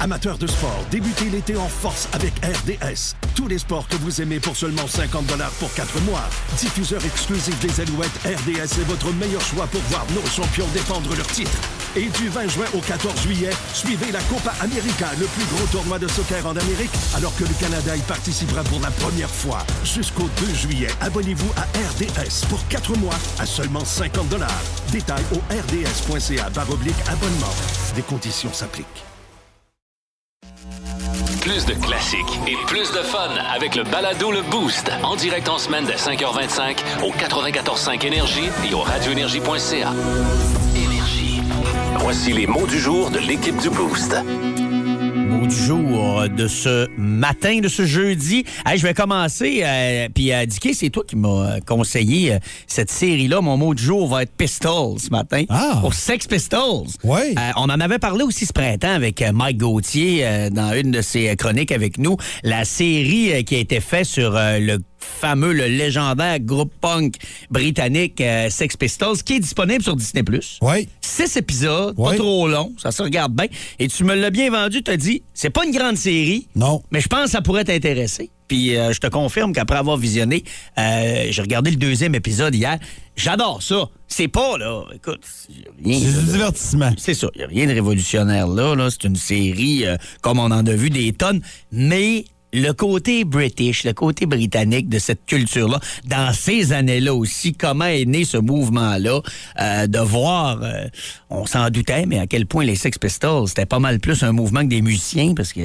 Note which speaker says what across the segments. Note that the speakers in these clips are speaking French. Speaker 1: Amateurs de sport, débutez l'été en force avec RDS. Tous les sports que vous aimez pour seulement 50 pour 4 mois. Diffuseur exclusif des Alouettes, RDS est votre meilleur choix pour voir nos champions défendre leur titre. Et du 20 juin au 14 juillet, suivez la Copa América, le plus gros tournoi de soccer en Amérique, alors que le Canada y participera pour la première fois. Jusqu'au 2 juillet, abonnez-vous à RDS pour 4 mois à seulement 50 Détail au rds.ca abonnement. Des conditions s'appliquent.
Speaker 2: Plus de classiques et plus de fun avec le balado Le Boost. En direct en semaine dès 5h25 au 94.5 Énergie et au radioénergie.ca. Énergie. Voici les mots du jour de l'équipe du Boost.
Speaker 3: Mot du jour de ce matin, de ce jeudi. Hey, je vais commencer. euh, puis, euh, Dicky, c'est toi qui m'as euh, conseillé euh, cette série-là. Mon mot du jour va être Pistols ce matin.
Speaker 4: Ah!
Speaker 3: Pour Sex Pistols.
Speaker 4: Ouais.
Speaker 3: Euh, on en avait parlé aussi ce printemps avec euh, Mike Gauthier euh, dans une de ses euh, chroniques avec nous. La série euh, qui a été faite sur euh, le fameux, le légendaire groupe punk britannique euh, Sex Pistols qui est disponible sur Disney+.
Speaker 4: Oui.
Speaker 3: Six épisodes, pas
Speaker 4: Ouais.
Speaker 3: trop long, ça se regarde bien. Et tu me l'as bien vendu, t'as dit, c'est pas une grande série,
Speaker 4: Non.
Speaker 3: mais je pense que ça pourrait t'intéresser. Puis euh, je te confirme qu'après avoir visionné, euh, j'ai regardé le deuxième épisode hier. J'adore ça. C'est pas, là, écoute, rien,
Speaker 4: C'est
Speaker 3: là,
Speaker 4: du
Speaker 3: de-
Speaker 4: divertissement.
Speaker 3: c'est ça, il n'y a rien de révolutionnaire là. là. C'est une série, euh, comme on en a vu des tonnes, mais le côté british, le côté britannique de cette culture-là, dans ces années-là aussi, comment est né ce mouvement-là, euh, de voir, euh, on s'en doutait, mais à quel point les Sex Pistols, c'était pas mal plus un mouvement que des musiciens, parce que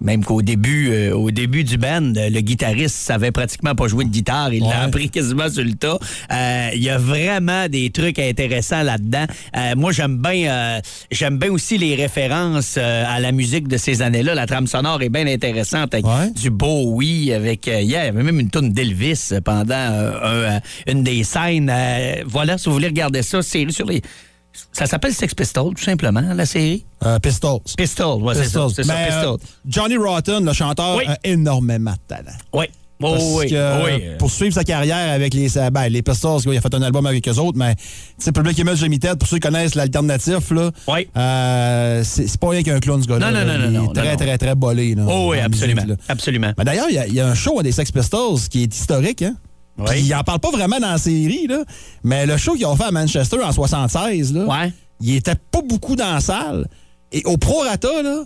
Speaker 3: même qu'au début, euh, au début du band, euh, le guitariste savait pratiquement pas jouer de guitare. Il l'a
Speaker 4: Ouais.
Speaker 3: appris quasiment sur le tas. Euh, Il y a vraiment des trucs intéressants là-dedans. Euh, moi, j'aime bien, euh, j'aime bien aussi les références euh, à la musique de ces années-là. La trame sonore est bien intéressante avec
Speaker 4: Ouais.
Speaker 3: du Bowie, avec euh, yeah, il y avait même une tune d'Elvis euh, pendant euh, un, euh, une des scènes. Euh, voilà, si vous voulez regarder ça, série sur les. Ça s'appelle Sex Pistols, tout simplement, la série.
Speaker 4: Euh, Pistols.
Speaker 3: Pistols, ouais, c'est ça, c'est ça,
Speaker 4: Mais, euh,
Speaker 3: Pistols.
Speaker 4: Johnny Rotten, le chanteur,
Speaker 3: Oui.
Speaker 4: a énormément de talent.
Speaker 3: Oui. Oh,
Speaker 4: Parce
Speaker 3: oui.
Speaker 4: que
Speaker 3: oui.
Speaker 4: pour suivre sa carrière avec les, ben, les Pistols, il a fait un album avec eux autres, mais tu sais, Public Image Limited, pour ceux qui connaissent l'alternatif, là,
Speaker 3: Oui.
Speaker 4: euh, c'est c'est pas rien qu'un clown, ce gars-là.
Speaker 3: Non, non,
Speaker 4: là.
Speaker 3: non, non,
Speaker 4: Il est
Speaker 3: non,
Speaker 4: très,
Speaker 3: non.
Speaker 4: très, très, bolé. là,
Speaker 3: Oh, oui,
Speaker 4: en musique,
Speaker 3: absolument.
Speaker 4: là.
Speaker 3: absolument.
Speaker 4: Ben, D'ailleurs, il y a- il y, a un show à des Sex Pistols qui est historique, hein?
Speaker 3: Oui.
Speaker 4: Puis, il en parle pas vraiment dans la série, là, mais le show qu'ils ont fait à Manchester en 76, là,
Speaker 3: Ouais.
Speaker 4: il était pas beaucoup dans la salle. Et au prorata, là,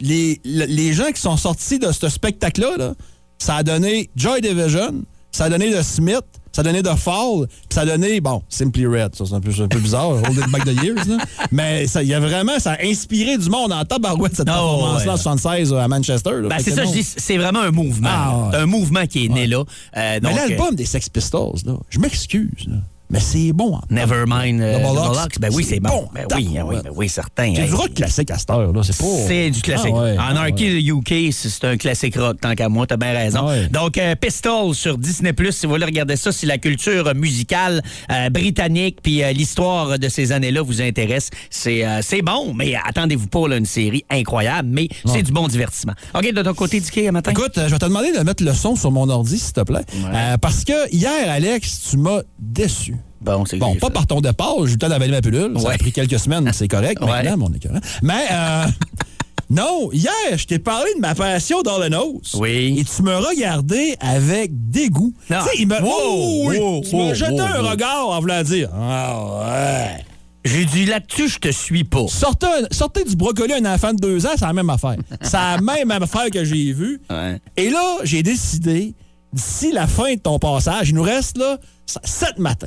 Speaker 4: les, le- les gens qui sont sortis de ce spectacle-là, là, ça a donné Joy Division, ça a donné The Smith, ça a donné The Fall, puis ça a donné, bon, Simply Red. Ça, c'est un peu, c'est un peu bizarre, Hold It Back the Years. là. Mais ça, il y a vraiment, ça a inspiré du monde en tabarouette, cette
Speaker 3: Oh,
Speaker 4: performance-là
Speaker 3: ouais.
Speaker 4: en 76 à Manchester. là.
Speaker 3: Ben,
Speaker 4: Fait
Speaker 3: c'est
Speaker 4: que
Speaker 3: ça,
Speaker 4: non.
Speaker 3: je dis, c'est vraiment un mouvement.
Speaker 4: Ah, ouais.
Speaker 3: Un mouvement qui est né là. Euh,
Speaker 4: Mais
Speaker 3: donc,
Speaker 4: l'album des Sex Pistols, là, je m'excuse, là, mais c'est bon. hein.
Speaker 3: euh, Nevermind, euh,
Speaker 4: Double
Speaker 3: Double
Speaker 4: Ox,
Speaker 3: Ox, ben oui, c'est
Speaker 4: c'est
Speaker 3: bon.
Speaker 4: bon.
Speaker 3: Ben oui, ben oui, ben oui, certain.
Speaker 4: C'est
Speaker 3: Hey.
Speaker 4: du rock classique à cette heure, là. C'est pas.
Speaker 3: C'est du classique.
Speaker 4: Ah ouais,
Speaker 3: en
Speaker 4: ah
Speaker 3: Arky
Speaker 4: ouais.
Speaker 3: le UK, c'est c'est un classique rock, tant qu'à moi, t'as bien raison.
Speaker 4: Ah ouais.
Speaker 3: Donc, euh, Pistol sur Disney+, si vous voulez regarder ça, si la culture musicale euh, britannique puis euh, l'histoire de ces années-là vous intéresse, c'est euh, c'est bon, mais attendez-vous pas là, une série incroyable, mais c'est du bon divertissement. OK, de ton côté, Dicky, un matin?
Speaker 4: Écoute, euh, je vais te demander de mettre le son sur mon ordi, s'il te plaît. Euh, parce que hier, Alex, tu m'as déçu.
Speaker 3: Bon, c'est
Speaker 4: Bon, pas par ton départ, j'ai eu le temps d'avaler ma pilule. Ça
Speaker 3: Ouais.
Speaker 4: a pris quelques semaines, c'est correct.
Speaker 3: Ouais.
Speaker 4: Maintenant, mon écœurant. Mais, euh, non, hier, je t'ai parlé de ma passion dans le nose.
Speaker 3: Oui.
Speaker 4: Et tu me regardais avec dégoût. Tu
Speaker 3: Non.
Speaker 4: sais, il me.
Speaker 3: Wow,
Speaker 4: Oh, oui.
Speaker 3: wow,
Speaker 4: tu m'as
Speaker 3: wow,
Speaker 4: jeté
Speaker 3: wow,
Speaker 4: un
Speaker 3: wow.
Speaker 4: regard en voulant dire. Ah, ouais.
Speaker 3: J'ai dit là-dessus, je te suis pas.
Speaker 4: Sortez, un- sortez du brocoli à un enfant de deux ans, c'est la même affaire. C'est la même affaire que j'ai vue.
Speaker 3: Ouais.
Speaker 4: Et là, j'ai décidé, d'ici la fin de ton passage, il nous reste là sept matins.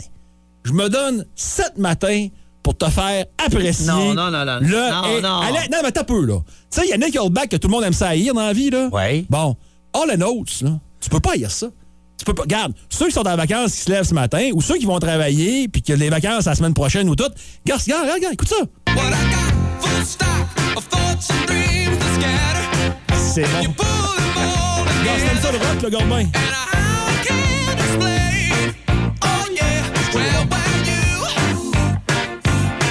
Speaker 4: Je me donne sept matins pour te faire apprécier.
Speaker 3: Non, non, non, non.
Speaker 4: Le
Speaker 3: Non,
Speaker 4: et-
Speaker 3: non.
Speaker 4: Allez, non, mais t'as peu, là. Tu sais, il y a Nickelback que tout le monde aime ça haïr dans la vie, là.
Speaker 3: Ouais.
Speaker 4: Bon, All and Oates, là, tu peux pas haïr ça. Tu peux pas. Regarde, ceux qui sont en vacances qui se lèvent ce matin ou ceux qui vont travailler puis que les vacances la semaine prochaine ou tout, regarde, regarde, regarde, regarde, écoute ça.
Speaker 5: What I got, full stop, of thoughts and dreams that scatter.
Speaker 4: C'est bon.
Speaker 5: You pull them all
Speaker 4: Regarde, c'est
Speaker 5: together,
Speaker 4: ça le rock, le gourmet.
Speaker 5: and I can't explain. Oh yeah, well when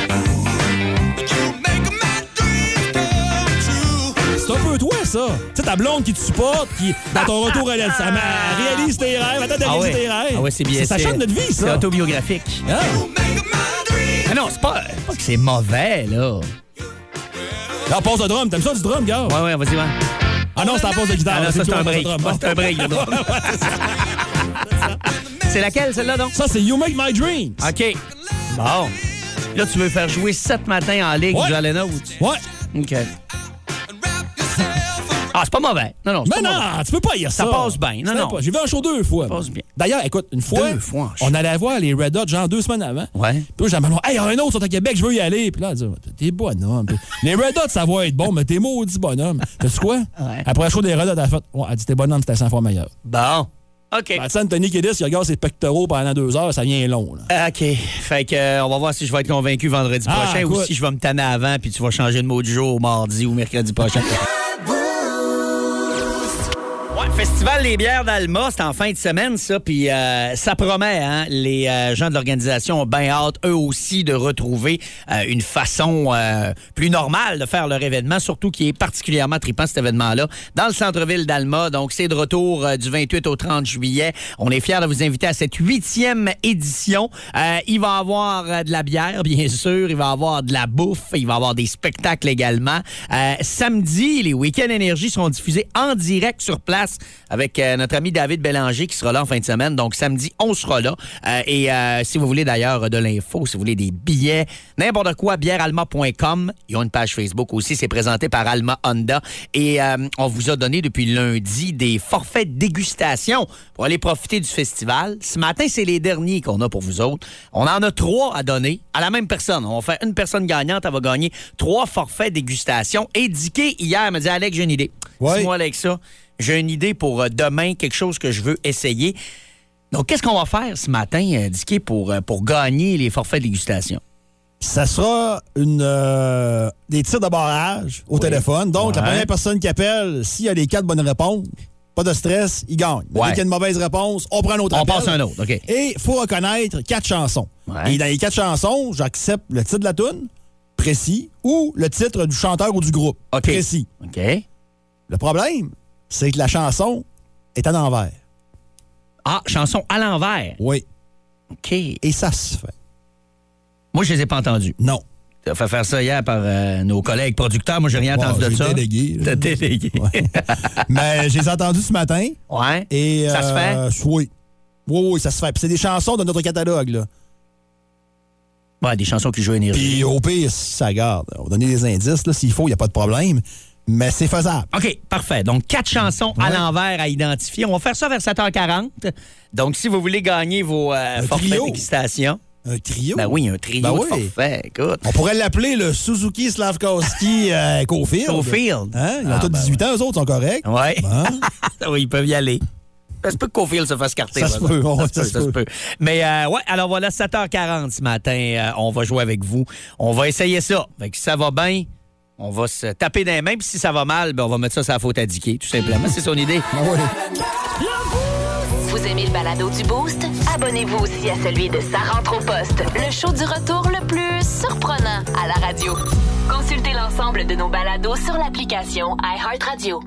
Speaker 5: you you make my dreams come true.
Speaker 4: C'est un peu toi, ça. Tu sais, ta blonde qui te supporte, qui, dans ton retour à la ça m'a- réalise tes rêves, attends de
Speaker 3: Ah
Speaker 4: réaliser
Speaker 3: ouais.
Speaker 4: tes rêves.
Speaker 3: Ah ouais, c'est bien.
Speaker 4: ça. change notre vie,
Speaker 3: C'est
Speaker 4: ça.
Speaker 3: autobiographique.
Speaker 4: Hein?
Speaker 5: You make my dreams
Speaker 3: euh, Ah non, c'est pas, c'est pas que c'est mauvais, là.
Speaker 4: La pause de drum, t'aimes ça du drum, gars?
Speaker 3: Ouais, ouais, vas-y, ouais.
Speaker 4: Ah non, c'est la pause de guitare.
Speaker 3: Ah non, ça, c'est un break.
Speaker 4: Drum.
Speaker 3: Ça, C'est un break, le drum. C'est laquelle, celle-là, donc?
Speaker 4: Ça, c'est You Make My Dreams.
Speaker 3: OK. Bon. Là, tu veux faire jouer 7 matins en ligue
Speaker 4: Ouais.
Speaker 3: du Allen Oaks.
Speaker 4: Ouais.
Speaker 3: OK. Ah, c'est pas mauvais. Non, non, c'est
Speaker 4: Mais
Speaker 3: pas mauvais.
Speaker 4: non, tu peux pas y ça.
Speaker 3: Ça passe bien. Non,
Speaker 4: Tu peux
Speaker 3: non.
Speaker 4: pas. J'ai vu un show deux fois.
Speaker 3: Ça
Speaker 4: moi.
Speaker 3: passe bien.
Speaker 4: D'ailleurs, écoute, une fois,
Speaker 3: Deux fois, je-
Speaker 4: on allait voir les Red Hot, genre deux semaines avant.
Speaker 3: Ouais.
Speaker 4: Puis là, j'ai demandé, hey, y en a un autre, sont à Québec, je veux y aller. Puis là, elle dit, t'es bonhomme. Puis, les Red Hot, ça va être bon, mais t'es maudit bonhomme. Tu sais quoi?
Speaker 3: Ouais.
Speaker 4: Après le show des Red Hot, elle a fait, ouais, elle dit, t'es bonhomme, c'était 100 fois meilleur.
Speaker 3: Bon. OK.
Speaker 4: Ben, tu sais, Anthony Kiddis, il regarde ses pectoraux pendant deux heures, ça vient long. Là.
Speaker 3: Ah, OK. Fait que, euh, on va voir si je vais être convaincu vendredi
Speaker 4: Ah,
Speaker 3: prochain ou
Speaker 4: écoute.
Speaker 3: si je vais me tanner avant puis tu vas changer de mot du jour au mardi ou mercredi prochain. Ouais, Festival des bières d'Alma, c'est en fin de semaine, ça. Puis euh, ça promet, hein? Les euh, gens de l'organisation ont bien hâte, eux aussi, de retrouver euh, une façon euh, plus normale de faire leur événement, surtout qui est particulièrement trippant, cet événement-là, dans le centre-ville d'Alma. Donc, c'est de retour euh, du 28 au 30 juillet. On est fiers de vous inviter à cette huitième édition. Euh, il va y avoir euh, de la bière, bien sûr. Il va y avoir de la bouffe. Il va y avoir des spectacles également. Euh, samedi, les week-ends énergie seront diffusés en direct sur place avec euh, notre ami David Bélanger qui sera là en fin de semaine. Donc, samedi, on sera là. Euh, et euh, si vous voulez d'ailleurs de l'info, si vous voulez des billets, n'importe quoi, bièrealma.com. Ils ont une page Facebook aussi. C'est présenté par Alma Honda. Et euh, on vous a donné depuis lundi des forfaits de dégustation pour aller profiter du festival. Ce matin, c'est les derniers qu'on a pour vous autres. On en a trois à donner à la même personne. On va faire une personne gagnante. Elle va gagner trois forfaits dégustation. Et Dicky, hier, elle m'a dit Alex, j'ai une idée.
Speaker 4: Ouais.
Speaker 3: Dis-moi, Alex, ça. J'ai une idée pour euh, demain, quelque chose que je veux essayer. Donc, qu'est-ce qu'on va faire ce matin, euh, Dicky, pour, euh, pour gagner les forfaits dégustation?
Speaker 4: Ça sera une, euh, des tirs de barrage au téléphone. Donc, la
Speaker 3: Ouais.
Speaker 4: première personne qui appelle, s'il y a les quatre bonnes réponses, pas de stress, il gagne. Mais
Speaker 3: Ouais.
Speaker 4: Dès qu'il y a une mauvaise réponse, on prend un autre
Speaker 3: On
Speaker 4: appel.
Speaker 3: passe à un autre, OK.
Speaker 4: Et il faut reconnaître quatre chansons.
Speaker 3: Ouais.
Speaker 4: Et dans les quatre chansons, j'accepte le titre de la tune précis, ou le titre du chanteur ou du groupe,
Speaker 3: OK.
Speaker 4: précis.
Speaker 3: OK.
Speaker 4: Le problème, c'est que la chanson est à l'envers.
Speaker 3: Ah, chanson à l'envers.
Speaker 4: Oui.
Speaker 3: OK.
Speaker 4: Et ça se fait.
Speaker 3: Moi, je les ai pas entendus.
Speaker 4: Non.
Speaker 3: T'as fait faire ça hier par euh, nos collègues producteurs. Moi, j'ai rien entendu
Speaker 4: Wow,
Speaker 3: de
Speaker 4: j'ai
Speaker 3: ça.
Speaker 4: délégué, là.
Speaker 3: T'as délégué. Ouais.
Speaker 4: Mais je les ai entendus ce matin. Et,
Speaker 3: ça se fait?
Speaker 4: euh, oui. Oui, oui, ça se fait. Puis c'est des chansons de notre catalogue. Là.
Speaker 3: Ouais, des chansons qui jouent énergie.
Speaker 4: Puis au pire, ça garde. On va donner des indices. là, S'il faut, il n'y a pas de problème. Mais c'est faisable.
Speaker 3: OK, parfait. Donc, quatre chansons à l'envers à identifier. On va faire ça vers 7h40. Donc, si vous voulez gagner vos euh,
Speaker 4: Un
Speaker 3: forfaits
Speaker 4: trio.
Speaker 3: dégustation,
Speaker 4: Un trio?
Speaker 3: ben oui, un trio
Speaker 4: Ben
Speaker 3: de
Speaker 4: oui.
Speaker 3: forfaits. Écoute.
Speaker 4: On pourrait l'appeler le Suzuki Slavkowski euh, Cofield.
Speaker 3: Cofield.
Speaker 4: Hein? Ils ont
Speaker 3: Ah,
Speaker 4: tous
Speaker 3: ben
Speaker 4: 18 ans, eux autres, ils sont corrects.
Speaker 3: Ouais.
Speaker 4: Bon.
Speaker 3: oui, ils peuvent y aller. Ça se peut que Cofield se fasse carter.
Speaker 4: Ça se
Speaker 3: par exemple.
Speaker 4: peut, ouais,
Speaker 3: ça, se peut, ça se peut. Mais euh, ouais, alors voilà, 7h40 ce matin, euh, on va jouer avec vous. On va essayer ça. Fait que si ça va bien, on va se taper dans les mains. Puis si ça va mal, ben, on va mettre ça sur la faute à Dicky, tout simplement. C'est son idée.
Speaker 4: Ah oui.
Speaker 6: Vous aimez le balado du Boost? Abonnez-vous aussi à celui de Sa rentre au poste, le show du retour le plus surprenant à la radio. Consultez l'ensemble de nos balados sur l'application iHeartRadio.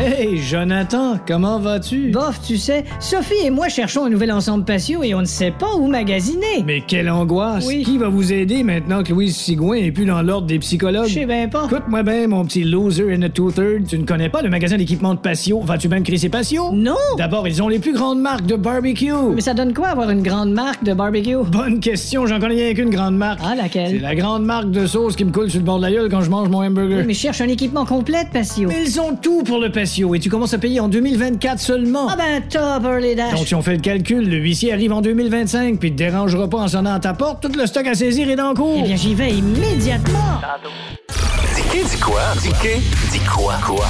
Speaker 7: Hey Jonathan, comment vas-tu?
Speaker 8: Bof, tu sais, Sophie et moi cherchons un nouvel ensemble patio et on ne sait pas où magasiner.
Speaker 7: Mais quelle angoisse!
Speaker 8: Oui.
Speaker 7: Qui va vous aider maintenant que Louise Sigouin est plus dans l'ordre des psychologues?
Speaker 8: Je sais bien pas.
Speaker 7: Écoute-moi bien, mon petit loser and a two-thirds. Tu ne connais pas le magasin d'équipement de patio. Vas-tu même créer ses patios?
Speaker 8: Non!
Speaker 7: D'abord, ils ont les plus grandes marques de barbecue.
Speaker 8: Mais ça donne quoi avoir une grande marque de barbecue?
Speaker 7: Bonne question, j'en connais rien qu'une grande marque.
Speaker 8: Ah,
Speaker 7: C'est
Speaker 8: laquelle?
Speaker 7: la grande marque de sauce qui me coule sur le bord de la gueule quand je mange mon hamburger.
Speaker 8: Oui, mais je cherche un équipement complet de patio.
Speaker 7: Mais ils ont tout pour le patio et tu commences à payer en 2024 seulement.
Speaker 8: Ah ben top, les dash.
Speaker 7: Donc, si on fait le calcul, le huissier arrive en 2025 puis te dérangera pas en sonnant à ta porte. Tout le stock à saisir est en cours.
Speaker 8: Eh bien, j'y vais immédiatement.
Speaker 2: Dicky dit quoi? Dicky dit quoi? Quoi?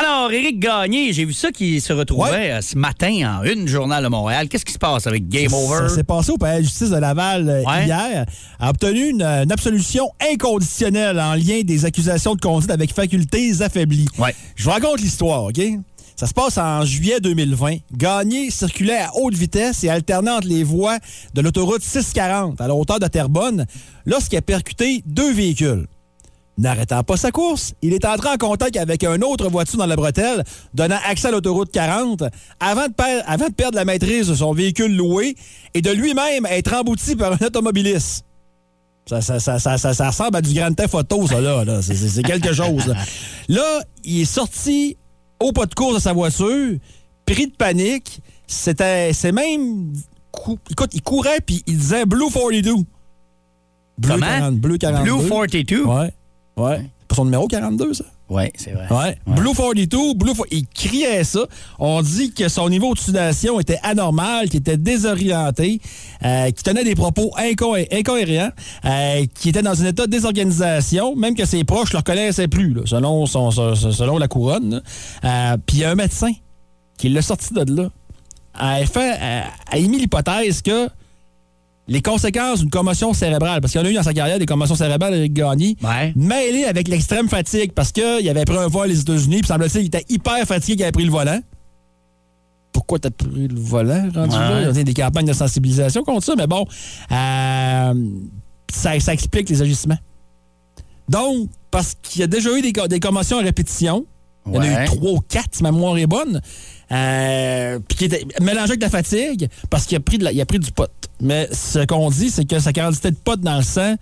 Speaker 3: Alors, Éric Gagné, j'ai vu ça qui se retrouvait
Speaker 4: Ouais.
Speaker 3: euh, ce matin en une journal de Montréal. Qu'est-ce qui se passe avec Game Over?
Speaker 4: Ça s'est passé au palais de justice de Laval euh,
Speaker 3: Ouais.
Speaker 4: hier. A obtenu une, euh, une absolution inconditionnelle en lien des accusations de conduite avec facultés affaiblies.
Speaker 3: Ouais.
Speaker 4: Je vous raconte l'histoire, OK? Ça se passe en juillet 2020. Gagné circulait à haute vitesse et alternant entre les voies de l'autoroute 640 à la hauteur de Terrebonne lorsqu'il a percuté deux véhicules. N'arrêtant pas sa course, il est entré en contact avec une autre voiture dans la bretelle, donnant accès à l'autoroute 40, avant de, per- avant de perdre la maîtrise de son véhicule loué et de lui-même être embouti par un automobiliste. Ça, ça, ça, ça, ça, ça ressemble à du Grand Theft Auto, ça, là. là. C'est, c'est- c'est quelque chose. Là. Là, il est sorti au pas de course de sa voiture, pris de panique. C'était, c'est même... cou- écoute, il courait, puis il disait « Blue 42 ». Bleu
Speaker 3: Comment?
Speaker 4: 40, Bleu 42.
Speaker 3: Blue 42?
Speaker 4: Ouais, ouais. Pour son numéro 42, ça.
Speaker 3: Ouais, c'est vrai.
Speaker 4: Ouais. Blue 42, Blue 42, il criait ça. On dit que son niveau de sudation était anormal, qu'il était désorienté, euh, qu'il tenait des propos inco- incohérents, euh, qu'il était dans un état de désorganisation, même que ses proches ne le reconnaissaient plus, là, selon, son, son- son- selon la couronne. là. Euh, Puis il y a un médecin qui l'a sorti de là. A, fait, a- a émis l'hypothèse que les conséquences d'une commotion cérébrale, parce qu'il y en a eu dans sa carrière des commotions cérébrales, Eric Gagné,
Speaker 3: Ouais.
Speaker 4: mêlé avec l'extrême fatigue, parce qu'il avait pris un vol aux États-Unis, puis semble-t-il qu'il était hyper fatigué qu'il avait pris le volant. Pourquoi t'as pris le volant rendu là? Il y a des campagnes de sensibilisation contre ça, mais bon, euh, ça, ça explique les agissements. Donc, parce qu'il y a déjà eu des, co- des commotions à répétition, il y en a
Speaker 3: Ouais.
Speaker 4: eu trois ou quatre, si ma mémoire est bonne, euh, puis qui était mélangé avec la fatigue, parce qu'il a, pris de la- il a pris du pot. Mais ce qu'on dit, c'est que sa quantité de pot dans le sang,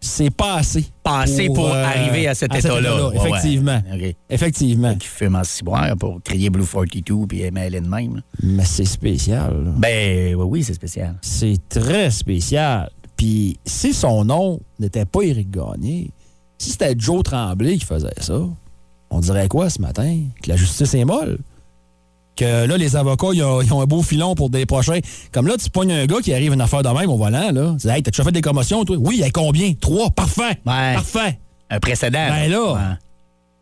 Speaker 4: c'est pas assez. euh,
Speaker 3: Pas assez pour arriver à cet état-là. Ouais, ouais.
Speaker 4: effectivement.
Speaker 3: Ok.
Speaker 4: Effectivement.
Speaker 3: Qui fume en ciboire pour crier Blue 42 puis mêler de même. là.
Speaker 4: Mais c'est spécial. là.
Speaker 3: Ben, oui, oui, c'est spécial.
Speaker 4: C'est très spécial. Puis si son nom n'était pas Éric Gagné, si c'était Joe Tremblay qui faisait ça, on dirait quoi ce matin? Que la justice est molle? Que là, les avocats, ils ont, ils ont un beau filon pour des prochains. Comme là, tu pognes un gars qui arrive une affaire de même au volant, là. Tu dis, hey, t'as déjà fait des commotions, toi? Oui, il y a combien? Trois, parfait!
Speaker 3: Ouais.
Speaker 4: Parfait!
Speaker 3: Un précédent.
Speaker 4: Ben là.
Speaker 3: Ouais.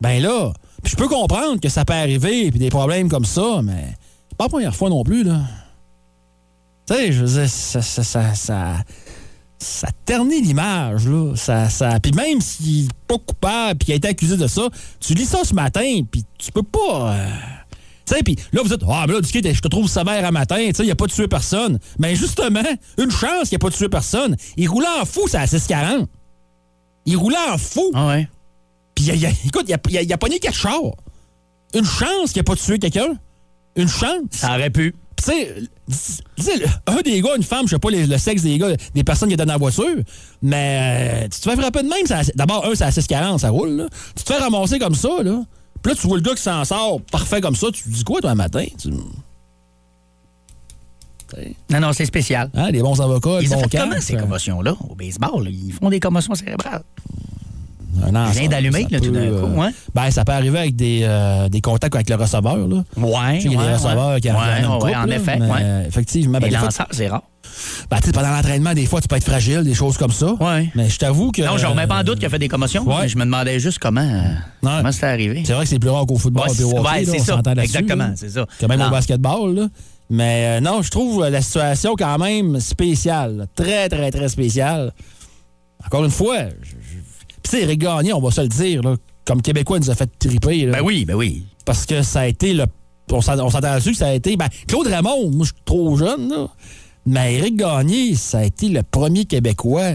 Speaker 4: Ben là, puis je peux comprendre que ça peut arriver, puis des problèmes comme ça, mais c'est pas la première fois non plus, là. Tu sais, je veux dire, ça, ça, ça, ça, ça ternit l'image, là. Ça, ça, puis même s'il n'est pas coupable, puis qu'il a été accusé de ça, tu lis ça ce matin, puis tu peux pas... euh, Tu sais, puis là, vous dites, ah, mais là, Duquet, je te trouve sévère à matin, tu sais, il a pas tué personne. Mais justement, une chance qu'il a pas tué personne. Il roulait en fou, ça, à 640. Il roulait en fou.
Speaker 3: Ah ouais.
Speaker 4: Puis, il a- il a- écoute, il a, il a, il a pogné quatre chars. Une chance qu'il a pas tué quelqu'un. Une chance.
Speaker 3: Ça aurait pu.
Speaker 4: Puis, tu sais, tu sais, le- un des gars, une femme, je sais pas les- le sexe des gars, des personnes qui étaient dans la voiture, mais euh, tu te fais frapper de même. ça- D'abord, un, c'est à 640, ça roule. là. Tu te fais ramasser comme ça, là. Puis là, tu vois le gars qui s'en sort parfait comme ça. Tu te dis quoi, toi, un matin? Tu-
Speaker 3: Non, non, c'est spécial.
Speaker 4: hein, les bons avocats, les
Speaker 3: Ils ont
Speaker 4: bons
Speaker 3: fait
Speaker 4: cadres,
Speaker 3: comment ces
Speaker 4: euh,
Speaker 3: commotions-là au baseball? là? Ils font des commotions cérébrales.
Speaker 4: un ensemble,
Speaker 3: viennent d'allumer,
Speaker 4: ça
Speaker 3: là, tout
Speaker 4: peut,
Speaker 3: d'un coup,
Speaker 4: euh,
Speaker 3: hein?
Speaker 4: Ben, ça peut arriver avec des, euh, des contacts avec le receveur, là.
Speaker 3: Ouais.
Speaker 4: Tu sais, Il y a des receveurs qui arrivent
Speaker 3: ouais,
Speaker 4: dans une
Speaker 3: ouais,
Speaker 4: coupe,
Speaker 3: en
Speaker 4: là,
Speaker 3: effet.
Speaker 4: mais,
Speaker 3: Ouais.
Speaker 4: euh, Effectivement, ben,
Speaker 3: Et
Speaker 4: des fois,
Speaker 3: lanceurs, c'est rare.
Speaker 4: Ben, tu sais, pendant l'entraînement, des fois, tu peux être fragile, des choses comme ça.
Speaker 3: Ouais.
Speaker 4: Mais je t'avoue que.
Speaker 3: Non, je remets pas en doute qu'il a fait des commotions.
Speaker 4: Euh, Ouais.
Speaker 3: mais Je me demandais juste comment, euh,
Speaker 4: Ouais.
Speaker 3: comment c'était arrivé.
Speaker 4: C'est vrai que c'est plus rare qu'au football
Speaker 3: Ouais,
Speaker 4: puis au
Speaker 3: c'est-
Speaker 4: hockey,
Speaker 3: ouais,
Speaker 4: là,
Speaker 3: c'est
Speaker 4: on
Speaker 3: ça.
Speaker 4: s'entend là-dessus,
Speaker 3: Exactement,
Speaker 4: là.
Speaker 3: c'est ça.
Speaker 4: Que même
Speaker 3: Non.
Speaker 4: au basketball, là. Mais euh, non, je trouve euh, la situation quand même spéciale. là. Très, très, très spéciale. Encore une fois, je- je- puis tu sais, Eric Gagné, on va se le dire, là, comme Québécois, il nous a fait triper. là.
Speaker 3: Ben oui, ben oui.
Speaker 4: parce que ça a été le. On s'en- on s'entend dessus que ça a été. Ben, Claude Ramon, moi, je suis trop jeune, là. Mais Éric Gagné, ça a été le premier Québécois.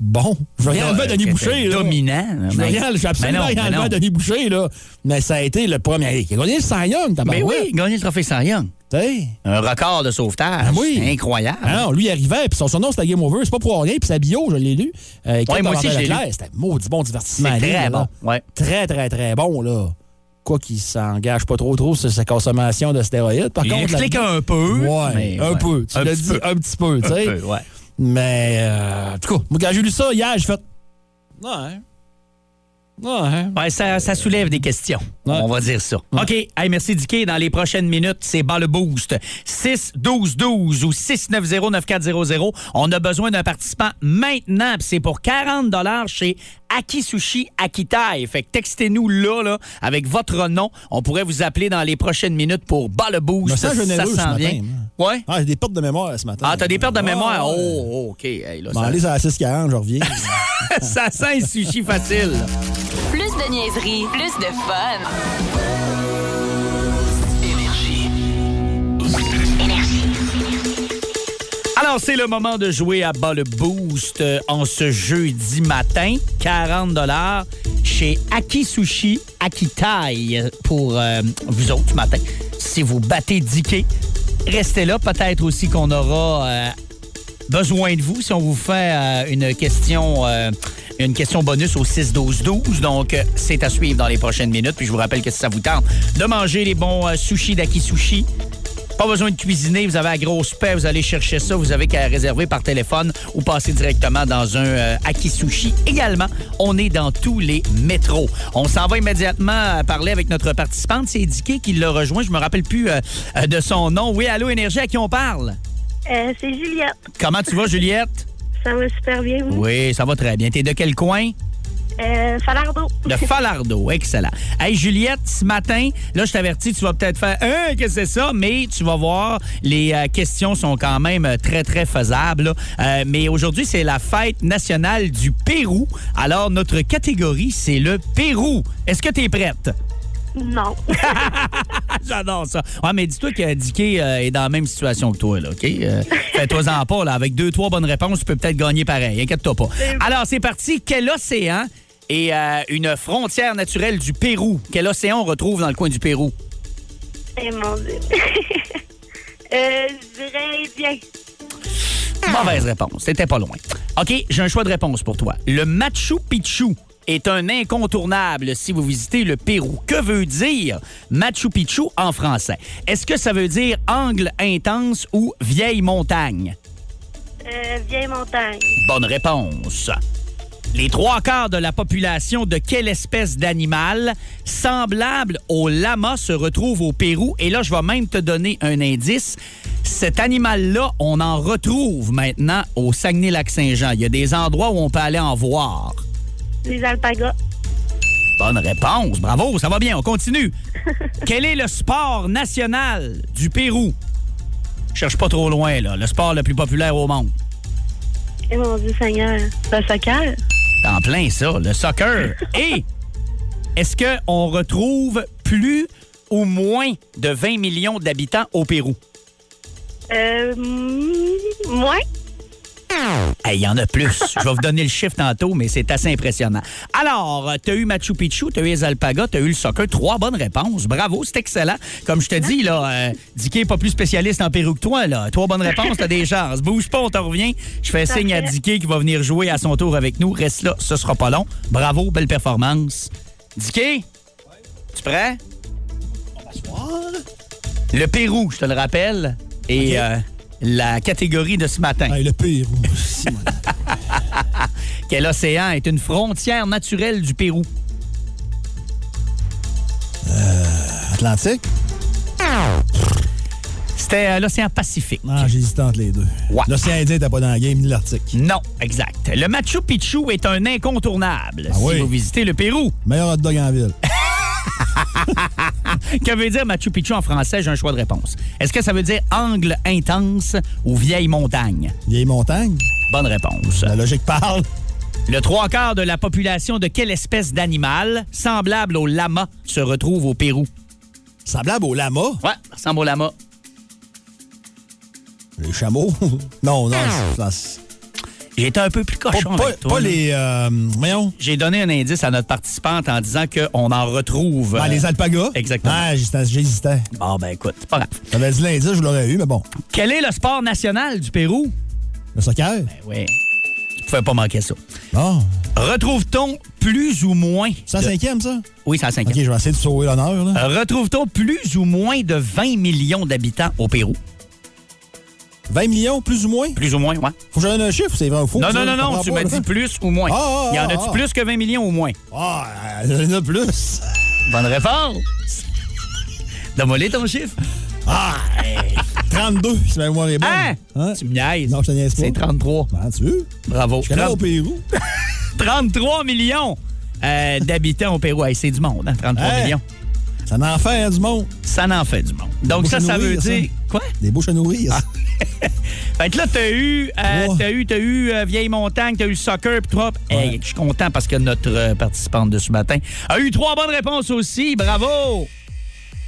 Speaker 4: Bon, je veux rien enlever à Denis
Speaker 3: Qui
Speaker 4: Boucher,
Speaker 3: était
Speaker 4: là.
Speaker 3: Dominant. ben
Speaker 4: Je veux rien, je veux absolument rien enlever à
Speaker 3: non.
Speaker 4: Denis Boucher, là. Mais ça a été le premier. Il a gagné le Cy Young, t'as
Speaker 3: Ben oui, gagner le trophée Cy Young. Un record de sauvetage.
Speaker 4: Ah oui.
Speaker 3: Incroyable.
Speaker 4: Alors, lui, il arrivait, puis son surnom, c'était Game Over. C'est pas pour rien, puis sa bio, je l'ai lu. Euh, écrite
Speaker 3: moi
Speaker 4: par
Speaker 3: aussi,
Speaker 4: André
Speaker 3: je l'ai
Speaker 4: Leclerc.
Speaker 3: lu.
Speaker 4: C'était maudit bon divertissement.
Speaker 3: c'est
Speaker 4: à lire,
Speaker 3: très
Speaker 4: là.
Speaker 3: bon. Ouais.
Speaker 4: Très, très, très bon, là. Quoi qu'il s'engage pas trop trop sur sa consommation de stéroïdes. Par
Speaker 3: Il
Speaker 4: contre,
Speaker 3: explique
Speaker 4: là-
Speaker 3: un peu.
Speaker 4: Ouais,
Speaker 3: mais
Speaker 4: un
Speaker 3: ouais.
Speaker 4: peu. Tu
Speaker 3: Un
Speaker 4: l'as
Speaker 3: petit
Speaker 4: dit
Speaker 3: peu.
Speaker 4: un petit peu, tu
Speaker 3: Un
Speaker 4: sais.
Speaker 3: peu, ouais.
Speaker 4: Mais, euh, en tout cas, moi, quand j'ai lu ça hier, j'ai fait. Ouais. Ouais.
Speaker 3: Ouais, ça, ça soulève des questions.
Speaker 4: Ouais.
Speaker 3: On va dire ça. OK. Hey, merci, Dicky. Dans les prochaines minutes, c'est bas le boost. 6-12-12 ou 690-9400. On a besoin d'un participant maintenant. puis C'est pour 40 chez Akisushi Akitai. Fait que textez-nous là, là, avec votre nom. On pourrait vous appeler dans les prochaines minutes pour bas le boost.
Speaker 4: Je me sens généreux ce matin, moi.
Speaker 3: Ouais.
Speaker 4: Ah, j'ai des pertes de mémoire ce matin.
Speaker 3: Ah, t'as des pertes de
Speaker 4: Ah,
Speaker 3: mémoire.
Speaker 4: ouais.
Speaker 3: Oh, oh, OK. Hey, là,
Speaker 4: Bon, allez, c'est à 6,40, je reviens.
Speaker 3: ça, ça sent le sushi facile.
Speaker 6: Plus de niaiserie, plus de fun.
Speaker 2: Énergie.
Speaker 6: Énergie.
Speaker 3: Alors, Alors, c'est le moment de jouer à bas le boost euh, en ce jeudi matin. 40 chez Akisushi Akitai pour euh, vous autres ce matin. Si vous battez Diké, restez là. Peut-être aussi qu'on aura euh, besoin de vous si on vous fait euh, une question euh, une question bonus au 6 12 12 donc euh, c'est à suivre dans les prochaines minutes puis je vous rappelle que si ça vous tente de manger les bons euh, sushis d'Aki Sushi pas besoin de cuisiner, vous avez la grosse paix, vous allez chercher ça, vous avez qu'à réserver par téléphone ou passer directement dans un euh, Aki Sushi. Également, on est dans tous les métros. On s'en va immédiatement euh, parler avec notre participante, c'est Dicky qui l'a rejoint, je me rappelle plus euh, euh, de son nom. Oui, allô Énergie, à qui on parle?
Speaker 9: Euh, c'est Juliette.
Speaker 3: Comment tu vas Juliette?
Speaker 9: Ça va super bien, vous?
Speaker 3: Oui, ça va très bien. T'es de quel coin?
Speaker 9: Euh, Falardeau.
Speaker 3: De Falardeau. Excellent. Hey, Juliette, ce matin, là, je t'avertis, tu vas peut-être faire Hein, qu'est-ce que c'est ça? Mais tu vas voir, les euh, questions sont quand même euh, très, très faisables. là. Euh, mais aujourd'hui, c'est la fête nationale du Pérou. Alors, notre catégorie, c'est le Pérou. Est-ce que tu es prête?
Speaker 9: Non.
Speaker 3: J'adore ça. Ouais, mais dis-toi que Dicky euh, est dans la même situation que toi, là, OK? Euh, Fais-toi-en pas, là. Avec deux, trois bonnes réponses, tu peux peut-être gagner pareil. Inquiète-toi pas. Alors, c'est parti. Quel océan est euh, une frontière naturelle du Pérou? Quel océan on retrouve dans le coin du Pérou?
Speaker 9: Eh mon Dieu. euh, je dirais bien.
Speaker 3: Mauvaise réponse. C'était pas loin. OK, j'ai un choix de réponse pour toi. Le Machu Picchu est un incontournable si vous visitez le Pérou. Que veut dire Machu Picchu en français? Est-ce que ça veut dire angle intense ou vieille montagne?
Speaker 9: Euh, vieille montagne.
Speaker 3: Bonne réponse. Les trois quarts de la population de quelle espèce d'animal semblable au lama se retrouve au Pérou? Et là, je vais même te donner un indice. Cet animal-là, on en retrouve maintenant au Saguenay-Lac-Saint-Jean. Il y a des endroits où on peut aller en voir.
Speaker 9: Les alpagas.
Speaker 3: Bonne réponse. Bravo, ça va bien. On continue. Quel est le sport national du Pérou? Je cherche pas trop loin, là. Le sport le plus populaire au monde.
Speaker 9: Eh mon Dieu Seigneur.
Speaker 7: Ben,
Speaker 9: Le soccer.
Speaker 3: En plein ça, le soccer. Et est-ce qu'on retrouve plus ou moins de 20 millions d'habitants au Pérou?
Speaker 9: Euh, hmm, moins.
Speaker 3: Hey, Il y en a plus. Je vais vous donner le chiffre tantôt, mais c'est assez impressionnant. Alors, tu as eu Machu Picchu, tu as eu les alpagas, tu as eu le soccer. Trois bonnes réponses. Bravo, c'est excellent. Comme je te dis, là, euh, Dicky n'est pas plus spécialiste en Pérou que toi. Là. Trois bonnes réponses, tu as des chances. Bouge pas, on t'en revient. Je fais signe à Dicky qui va venir jouer à son tour avec nous. Reste là, ce sera pas long. Bravo, belle performance. Dicky, tu prêt? Le Pérou, je te le rappelle, et euh, la catégorie de ce matin.
Speaker 4: Hey, Ah, le pire. aussi, mon Dieu.
Speaker 3: Quel océan est une frontière naturelle du Pérou?
Speaker 4: Atlantique?
Speaker 3: C'était euh, l'océan Pacifique.
Speaker 4: Non, Ah, j'hésite entre les deux.
Speaker 3: Ouais.
Speaker 4: L'océan Indien t'as pas dans la game, ni l'Arctique.
Speaker 3: Non, exact. Le Machu Picchu est un incontournable
Speaker 4: Ah
Speaker 3: si
Speaker 4: oui.
Speaker 3: vous visitez le Pérou.
Speaker 4: Meilleur hot dog en ville.
Speaker 3: Que veut dire Machu Picchu en français? J'ai un choix de réponse. Est-ce que ça veut dire angle intense ou vieille montagne?
Speaker 4: Vieille montagne?
Speaker 3: Bonne réponse.
Speaker 4: La logique parle.
Speaker 3: Le trois quarts de la population de quelle espèce d'animal, semblable au lama, se retrouve au Pérou?
Speaker 4: Semblable au lama.
Speaker 3: Ouais, ressemble au lama.
Speaker 4: Les chameaux. non, non. c'est- c'est-
Speaker 3: J'étais un peu plus
Speaker 4: Pas,
Speaker 3: cochon
Speaker 4: pas-
Speaker 3: avec toi,
Speaker 4: pas
Speaker 3: là.
Speaker 4: les. euh, voyons.
Speaker 3: J'ai donné un indice à notre participante en disant qu'on en retrouve.
Speaker 4: Ah,
Speaker 3: euh,
Speaker 4: les alpagas.
Speaker 3: Exactement.
Speaker 4: Ah, j'hésitais- j'hésitais.
Speaker 3: Bon, ben écoute, c'est pas grave.
Speaker 4: J'avais dit l'indice, je l'aurais eu, mais bon.
Speaker 3: Quel est le sport national du Pérou? Ben
Speaker 4: Le soccer?
Speaker 3: Oui. Tu pouvais pas manquer ça.
Speaker 4: Bon.
Speaker 3: Retrouve-t-on plus ou moins.
Speaker 4: C'est en
Speaker 3: de-
Speaker 4: cinquième, ça?
Speaker 3: Oui, 105
Speaker 4: Ok, je vais essayer de sauver l'honneur,
Speaker 3: Euh.
Speaker 4: là.
Speaker 3: Retrouve-t-on plus ou moins de 20 millions d'habitants au Pérou?
Speaker 4: 20 millions, plus ou moins?
Speaker 3: Plus ou moins, ouais.
Speaker 4: Faut que je donne un chiffre, c'est vrai ou faux?
Speaker 3: non,
Speaker 4: ça,
Speaker 3: non,
Speaker 4: je
Speaker 3: non, non,
Speaker 4: comprends
Speaker 3: tu
Speaker 4: pas,
Speaker 3: m'as
Speaker 4: là.
Speaker 3: dit plus ou moins.
Speaker 4: Ah, ah,
Speaker 3: Il y en a-tu
Speaker 4: ah, ah.
Speaker 3: plus que 20 millions ou moins?
Speaker 4: Ah, il y en a plus.
Speaker 3: Bonne réponse! Donne-moi les ton chiffre.
Speaker 4: Ah, hey, 32, si ma mémoire est bonne.
Speaker 3: Hein?
Speaker 4: Hein?
Speaker 3: Tu me niaises.
Speaker 4: Non, je te niaise pas.
Speaker 3: C'est 33.
Speaker 4: Ben, tu veux?
Speaker 3: Bravo.
Speaker 4: Je connais au
Speaker 3: 30
Speaker 4: Pérou.
Speaker 3: 33 millions euh, d'habitants au Pérou. Hey, c'est du monde, hein, 33
Speaker 4: Hey.
Speaker 3: millions.
Speaker 4: Ça en fait, hein, du monde.
Speaker 3: Ça n'en fait du monde. Donc
Speaker 4: Beaucoup
Speaker 3: ça,
Speaker 4: à
Speaker 3: ça veut
Speaker 4: nourrir, ça.
Speaker 3: dire... Quoi?
Speaker 4: Des bouches à nourrir.
Speaker 3: Fait que là, t'as eu, euh,
Speaker 4: Oh.
Speaker 3: t'as eu, t'as eu euh, Vieille Montagne, t'as eu le soccer, pis toi, hey, je suis content parce que notre euh, participante de ce matin a eu trois bonnes réponses aussi. Bravo!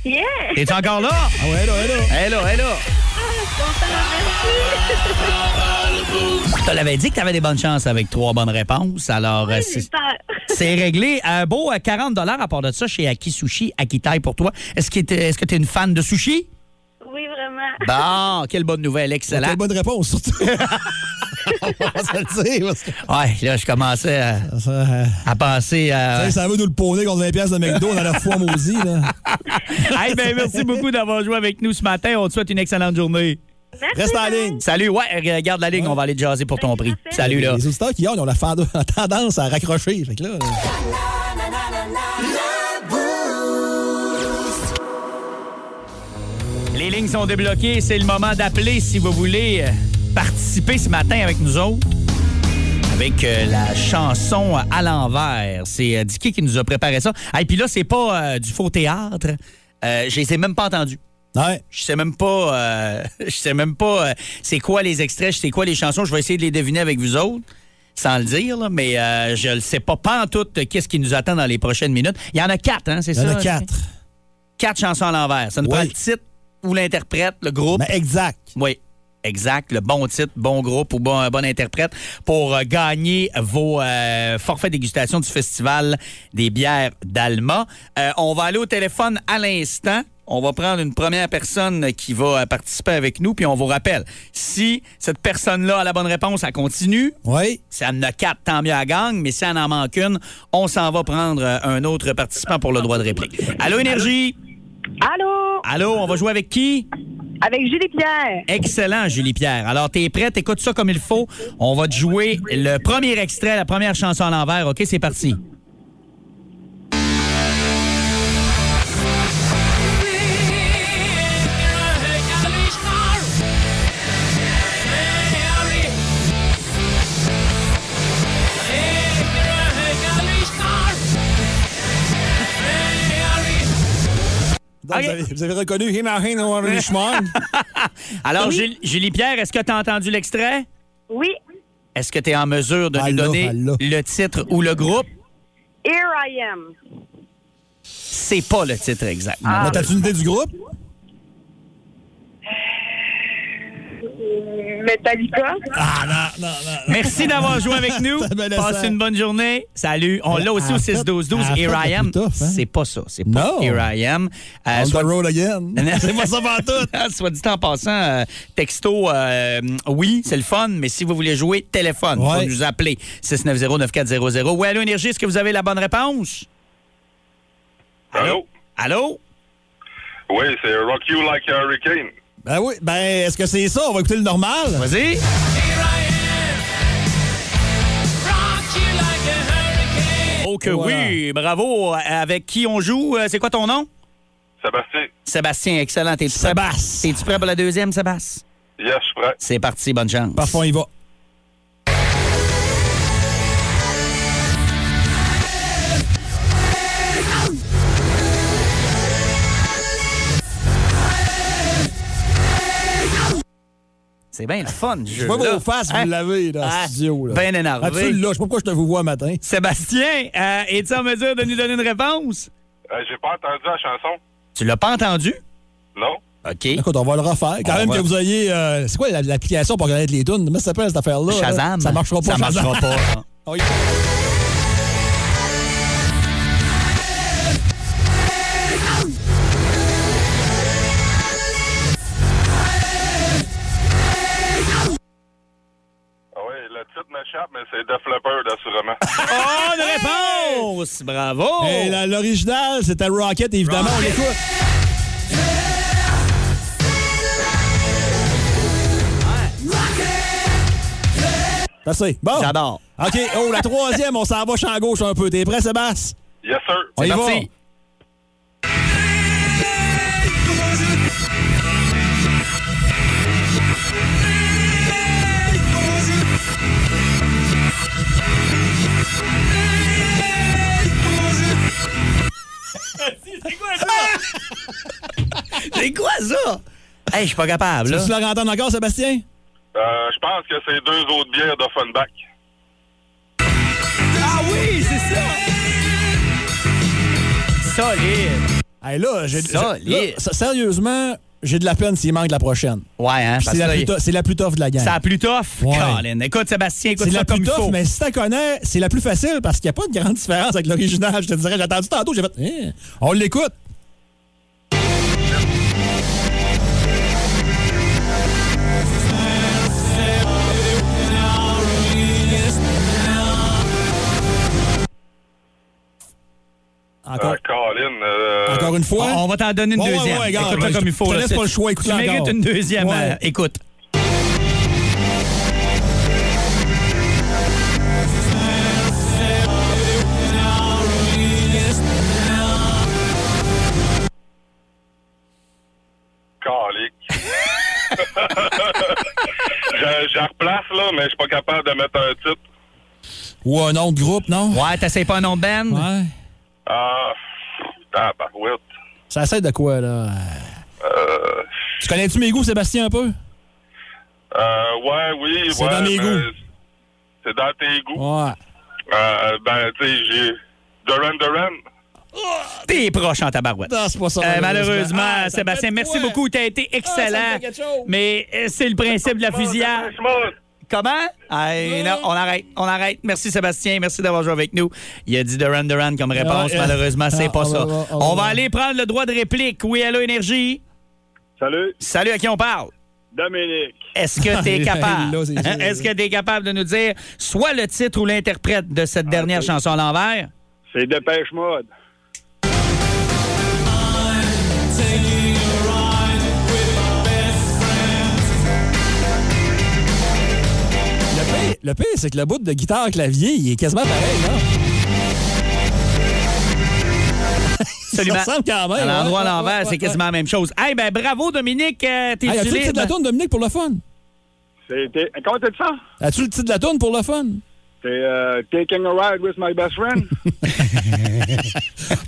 Speaker 9: Yeah!
Speaker 3: T'es encore là?
Speaker 4: Ah ouais, là, ouais, là.
Speaker 3: Elle est là, elle est là. Je te l'avais dit que tu avais des bonnes chances avec trois bonnes réponses. Alors, euh, c'est- c'est réglé. Un beau euh, 40 à part de ça chez Aki Sushi, Aki Thai pour toi. Est-ce que tu es, une fan de sushi?
Speaker 9: Oui, vraiment.
Speaker 3: Bon, quelle bonne nouvelle, excellent.
Speaker 4: Quelle bonne réponse, surtout. On va se le dire. parce que-
Speaker 3: Ouais, là, je commençais à,
Speaker 4: Ça, euh,
Speaker 3: à penser à.
Speaker 4: hey, ça veut nous le poney contre 20$ de McDo dans la foi maudit. Là.
Speaker 3: Hey, ben, merci beaucoup d'avoir joué avec nous ce matin. On te souhaite une excellente journée.
Speaker 4: Reste en ligne.
Speaker 3: Salut, ouais, regarde la ligne, on va aller te jaser pour ton prix. Salut, là.
Speaker 4: Les auditeurs qui ont, ils ont la fendo- la tendance à raccrocher. Fait que là, euh,
Speaker 3: Les lignes sont débloquées. C'est le moment d'appeler si vous voulez euh, participer ce matin avec nous autres. Avec euh, la chanson à l'envers. C'est euh, Dicky qui nous a préparé ça. Et puis là, c'est pas euh, du faux théâtre. Euh, je les ai même pas entendus.
Speaker 4: ouais.
Speaker 3: Je sais même pas, euh, je sais même pas euh, c'est quoi les extraits, c'est quoi les chansons. Je vais essayer de les deviner avec vous autres, sans le dire, là, mais euh, je ne sais pas pas en tout qu'est-ce qui nous attend dans les prochaines minutes. Il y en a quatre, hein, c'est
Speaker 4: il y
Speaker 3: ça?
Speaker 4: en a quatre.
Speaker 3: Quatre chansons à l'envers. Ça nous
Speaker 4: Oui.
Speaker 3: prend le titre ou l'interprète, le groupe.
Speaker 4: Mais Ben, exact.
Speaker 3: Oui, exact. Le bon titre, bon groupe ou bon, bon interprète pour euh, gagner vos euh, forfaits dégustation du Festival des bières d'Alma. Euh, on va aller au téléphone à l'instant. On va prendre une première personne qui va euh, participer avec nous, puis on vous rappelle. Si cette personne-là a la bonne réponse, elle continue.
Speaker 4: Oui.
Speaker 3: Si elle en a quatre, tant mieux à gagne, mais si elle en manque une, on s'en va prendre euh, un autre participant pour le droit de réplique. Allô, Énergie?
Speaker 9: Allô?
Speaker 3: Allô, on va jouer avec qui?
Speaker 9: Avec Julie Pierre.
Speaker 3: Excellent, Julie Pierre. Alors, t'es prête? Écoute ça comme il faut. On va te jouer le premier extrait, la première chanson à l'envers. OK, c'est parti.
Speaker 4: Donc,
Speaker 3: Ok.
Speaker 4: vous, avez, vous avez reconnu Hina Hina Warnishman.
Speaker 3: Alors, Jul- Julie Pierre, est-ce que t'as entendu l'extrait?
Speaker 9: Oui.
Speaker 3: Est-ce que t'es en mesure de
Speaker 4: Ah
Speaker 3: nous
Speaker 4: là,
Speaker 3: donner
Speaker 4: ah là.
Speaker 3: le titre ou le groupe?
Speaker 9: Here I am.
Speaker 3: C'est pas le titre exact.
Speaker 4: Mais T'as-tu une idée du groupe?
Speaker 9: Metallica.
Speaker 4: Ah non, non, non. non.
Speaker 3: Merci d'avoir joué avec nous.
Speaker 4: Ça me laisse
Speaker 3: Passe
Speaker 4: à-
Speaker 3: une bonne journée. Salut. On l'a aussi
Speaker 4: à
Speaker 3: au
Speaker 4: la fête-
Speaker 3: 6-12-12.
Speaker 4: à la
Speaker 3: Here
Speaker 4: fête,
Speaker 3: I am.
Speaker 4: c'est plus tough, hein?
Speaker 3: C'est pas ça. C'est pas
Speaker 4: Non.
Speaker 3: Here I am. Euh,
Speaker 4: On
Speaker 3: soit-
Speaker 4: the road again. C'est pas ça
Speaker 3: pour
Speaker 4: tout.
Speaker 3: Soit dit en passant, euh, texto, euh, oui, c'est le fun, mais si vous voulez jouer, téléphone. Vous
Speaker 4: Ouais.
Speaker 3: nous appeler 690-9400. Ouais, allô, Énergie, est-ce que vous avez la bonne réponse?
Speaker 10: Allô?
Speaker 3: Allô?
Speaker 10: Oui, c'est Rock You Like a Hurricane.
Speaker 4: Ben oui, ben est-ce que c'est ça? On va écouter le normal.
Speaker 3: Vas-y. Oh que
Speaker 4: Voilà.
Speaker 3: oui, bravo. Euh, Avec qui on joue? Euh, C'est quoi ton nom?
Speaker 10: Sébastien,
Speaker 3: Sébastien, excellent. T'es-tu prêt?
Speaker 4: Sébastien.
Speaker 3: T'es-tu prêt pour la deuxième, Sébastien?
Speaker 10: yes, je suis prêt.
Speaker 3: C'est parti, bonne chance.
Speaker 4: Parfois, on y va.
Speaker 3: C'est bien le fun, le jeu.
Speaker 4: Je vois
Speaker 3: là.
Speaker 4: vos faces,
Speaker 3: Hein?
Speaker 4: vous l'avez dans
Speaker 3: Ah,
Speaker 4: le studio. Là.
Speaker 3: ben énervé.
Speaker 4: Absolument, là. Je sais pas pourquoi je te vous vois un matin.
Speaker 3: Sébastien, euh, es-tu en mesure de nous donner une réponse?
Speaker 10: Euh, J'ai pas entendu la chanson.
Speaker 3: Tu l'as pas entendu?
Speaker 10: Non?
Speaker 3: OK.
Speaker 4: Écoute, on va le refaire. Quand
Speaker 3: On
Speaker 4: même
Speaker 3: va-
Speaker 4: que vous ayez. euh, c'est quoi la- l'application pour connaître les tunes? Comment ça s'appelle cette affaire-là? là?
Speaker 3: Shazam.
Speaker 4: Ça marchera pas.
Speaker 3: Ça
Speaker 4: Shazam.
Speaker 3: marchera pas. hein. non.
Speaker 4: On y va.
Speaker 10: Ah oui, le titre m'échappe, mais c'est Def Leppard, assurément.
Speaker 3: Bonne réponse! Bravo!
Speaker 4: Oh, Et la- l'original, c'était Rocket, évidemment. On l'écoute. Merci. Bon.
Speaker 3: J'adore.
Speaker 4: OK. Oh, la troisième, on s'en va champ gauche un peu. T'es prêt, Sébastien?
Speaker 10: yes, sir.
Speaker 4: On y va.
Speaker 3: parti. C'est quoi ça? Hey, je suis pas capable, là.
Speaker 4: Tu la entendre encore, Sébastien?
Speaker 10: Euh, je pense que c'est deux autres bières de Funback.
Speaker 3: Ah oui, c'est ça! Solide!
Speaker 4: Hey, là, j'ai.
Speaker 3: Solide.
Speaker 4: j'ai- là, s- sérieusement, j'ai de la peine s'il manque la prochaine.
Speaker 3: Ouais, hein?
Speaker 4: Puis
Speaker 3: parce
Speaker 4: C'est la,
Speaker 3: que
Speaker 4: plus
Speaker 3: là,
Speaker 4: tou- c'est la plus tough de la gang.
Speaker 3: C'est la plus tough?
Speaker 4: Ouais.
Speaker 3: Colin. Écoute, Sébastien, écoute
Speaker 4: C'est
Speaker 3: ça
Speaker 4: la plus
Speaker 3: comme il
Speaker 4: tough,
Speaker 3: faut.
Speaker 4: mais si t'en connais, c'est la plus facile parce qu'il n'y a pas de grande différence avec l'original. Je te dirais, j'ai attendu tantôt, j'ai fait, Eh, on l'écoute. Encore.
Speaker 10: Euh, Colin, euh,
Speaker 4: Encore une fois.
Speaker 3: On, on va t'en donner une
Speaker 4: Ouais, ouais,
Speaker 3: deuxième.
Speaker 4: ouais, regarde,
Speaker 3: écoute
Speaker 4: je-
Speaker 3: comme il
Speaker 4: je
Speaker 3: faut.
Speaker 4: te
Speaker 3: là.
Speaker 4: laisse pas le choix,
Speaker 3: Tu
Speaker 4: écoute-la
Speaker 3: mérites
Speaker 4: encore.
Speaker 3: une deuxième.
Speaker 4: Ouais.
Speaker 3: euh, écoute.
Speaker 10: calique. je, je replace, là, mais je suis pas capable de mettre un titre.
Speaker 4: Ou un nom de groupe, non?
Speaker 3: Ouais, t'essayes pas un nom de band?
Speaker 4: Ouais.
Speaker 10: Ah, tabarouette.
Speaker 4: Ça essaie de quoi, là? Tu connais-tu mes goûts, Sébastien, un peu?
Speaker 10: Euh, ouais, oui,
Speaker 4: C'est
Speaker 10: ouais,
Speaker 4: dans mes
Speaker 10: mais
Speaker 4: goûts.
Speaker 10: C'est dans tes goûts.
Speaker 4: Ouais.
Speaker 10: Euh, ben, tu sais, j'ai... Duran Duran.
Speaker 3: T'es proche en tabarouette.
Speaker 4: Non, c'est pas ça.
Speaker 3: Euh, malheureusement,
Speaker 4: Ah, ça
Speaker 3: Sébastien,
Speaker 4: fait de
Speaker 3: merci
Speaker 4: quoi?
Speaker 3: beaucoup. T'as été
Speaker 4: Ah, ça
Speaker 3: excellent.
Speaker 4: me fait quelque chose.
Speaker 3: mais euh, c'est le principe de la
Speaker 10: Ah,
Speaker 3: fusillade.
Speaker 10: Small.
Speaker 3: Comment? Hey, non, on arrête, on arrête. Merci Sébastien, merci d'avoir joué avec nous. Il a dit Duran Duran comme réponse.
Speaker 4: Ouais, euh,
Speaker 3: Malheureusement, c'est
Speaker 4: ah,
Speaker 3: pas
Speaker 4: on
Speaker 3: ça.
Speaker 4: va voir, on va
Speaker 3: on va
Speaker 4: voir.
Speaker 3: aller prendre le droit de réplique. Oui, allô, Énergie.
Speaker 10: Salut,
Speaker 3: Salut à qui on parle.
Speaker 10: Dominique.
Speaker 3: Est-ce que t'es
Speaker 4: Ah,
Speaker 3: capable?
Speaker 4: là, c'est sûr.
Speaker 3: Est-ce que t'es capable de nous dire soit le titre ou l'interprète de cette
Speaker 4: Ah,
Speaker 3: dernière chanson à l'envers?
Speaker 10: C'est Dépêche Mode.
Speaker 4: Le pire, le pire, c'est que le bout de guitare-clavier, il est quasiment pareil, là.
Speaker 3: Absolument.
Speaker 4: Ça ressemble quand
Speaker 3: À
Speaker 4: même.
Speaker 3: l'endroit à
Speaker 4: ouais,
Speaker 3: l'envers,
Speaker 4: ouais,
Speaker 3: c'est
Speaker 4: ouais,
Speaker 3: quasiment la même chose. Eh ben bravo Dominique, euh, t'es
Speaker 4: ouais. Hey, as-tu le titre de la
Speaker 3: libre.
Speaker 4: tourne, Dominique, pour le fun?
Speaker 10: C'était... Comment t'as dit ça?
Speaker 4: As-tu le titre de la tourne pour le fun?
Speaker 10: C'est euh, Taking a Ride with My Best Friend.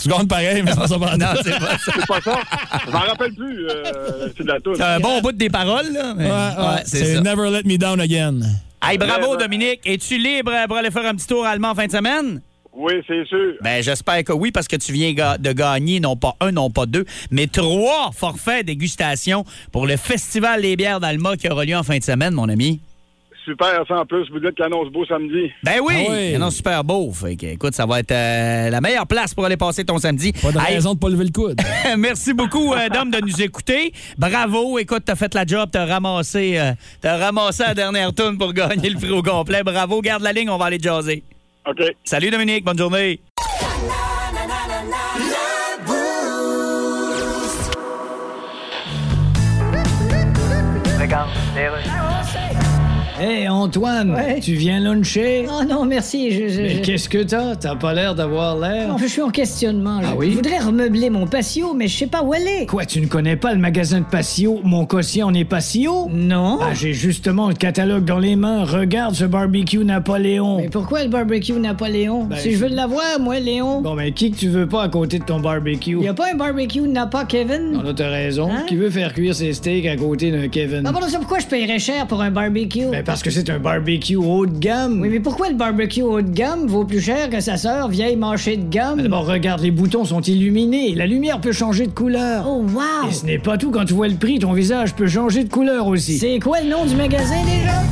Speaker 4: Tu gagnes pareil, mais c'est pas ça pendant.
Speaker 3: Non, c'est pas ça.
Speaker 10: C'est pas ça? Je m'en rappelle plus. Euh, c'est de la toune.
Speaker 3: C'est un bon bout des paroles, là. mais-
Speaker 4: Ouais, ouais,
Speaker 3: Ouais,
Speaker 4: c'est
Speaker 3: ça.
Speaker 4: Never Let Me Down Again.
Speaker 3: Hey, bravo
Speaker 10: Vraiment.
Speaker 3: Dominique. Es-tu libre pour aller faire un petit tour allemand en fin de semaine?
Speaker 10: Oui, c'est sûr.
Speaker 3: Ben j'espère que oui, parce que tu viens ga- de gagner non pas un, non pas deux, mais trois forfaits dégustation pour le Festival des bières d'Alma qui aura lieu en fin de semaine, mon ami.
Speaker 10: Super, ça en plus. Vous dites l'annonce beau samedi.
Speaker 3: Ben oui!
Speaker 4: Ah oui.
Speaker 3: Il y en a un super beau. Fait que, écoute, ça va être euh, la meilleure place pour aller passer ton samedi.
Speaker 4: Pas de
Speaker 3: Hey,
Speaker 4: raison de pas lever le coude.
Speaker 3: Merci beaucoup, euh, Dom, de nous écouter. Bravo. Écoute, t'as fait la job. T'as ramassé, euh, t'as ramassé la dernière tourne pour gagner le prix au complet. Bravo. Garde la ligne. On va aller jaser.
Speaker 10: OK.
Speaker 3: Salut, Dominique. Bonne journée.
Speaker 7: Hey Antoine,
Speaker 8: Ouais?
Speaker 7: tu viens luncher?
Speaker 8: Oh non, merci, je... je-
Speaker 7: Mais
Speaker 8: je-
Speaker 7: qu'est-ce que t'as? T'as pas l'air d'avoir l'air.
Speaker 8: Non, je suis en questionnement. là.
Speaker 7: Ah oui?
Speaker 8: Je voudrais remeubler mon patio, mais je sais pas où aller.
Speaker 7: Quoi, tu ne connais pas le magasin de patio? Mon quotient est patio?
Speaker 8: Non?
Speaker 7: Ah, j'ai justement le catalogue dans les mains. Regarde ce barbecue Napoléon.
Speaker 8: Mais pourquoi le barbecue Napoléon? si je veux l'avoir, moi, Léon.
Speaker 7: Ben, Bon, mais qui que tu veux pas à côté de ton barbecue?
Speaker 8: Y a pas un barbecue Napa Kevin?
Speaker 7: Non, là, t'as raison.
Speaker 8: Hein?
Speaker 7: Qui veut faire cuire ses steaks à côté d'un Kevin?
Speaker 8: Ah, pardon, ça, pourquoi je paierais cher pour un barbecue?
Speaker 7: Ben, parce que c'est un barbecue haut de gamme.
Speaker 8: Oui, mais pourquoi le barbecue haut de gamme vaut plus cher que sa sœur vieille manchée de
Speaker 7: Mais
Speaker 8: gomme?
Speaker 7: D'abord, regarde, les boutons sont illuminés. La lumière peut changer de couleur.
Speaker 8: Oh, wow!
Speaker 7: Et ce n'est pas tout. Quand tu vois le prix, ton visage peut changer de couleur aussi.
Speaker 8: C'est quoi le nom du magasin déjà?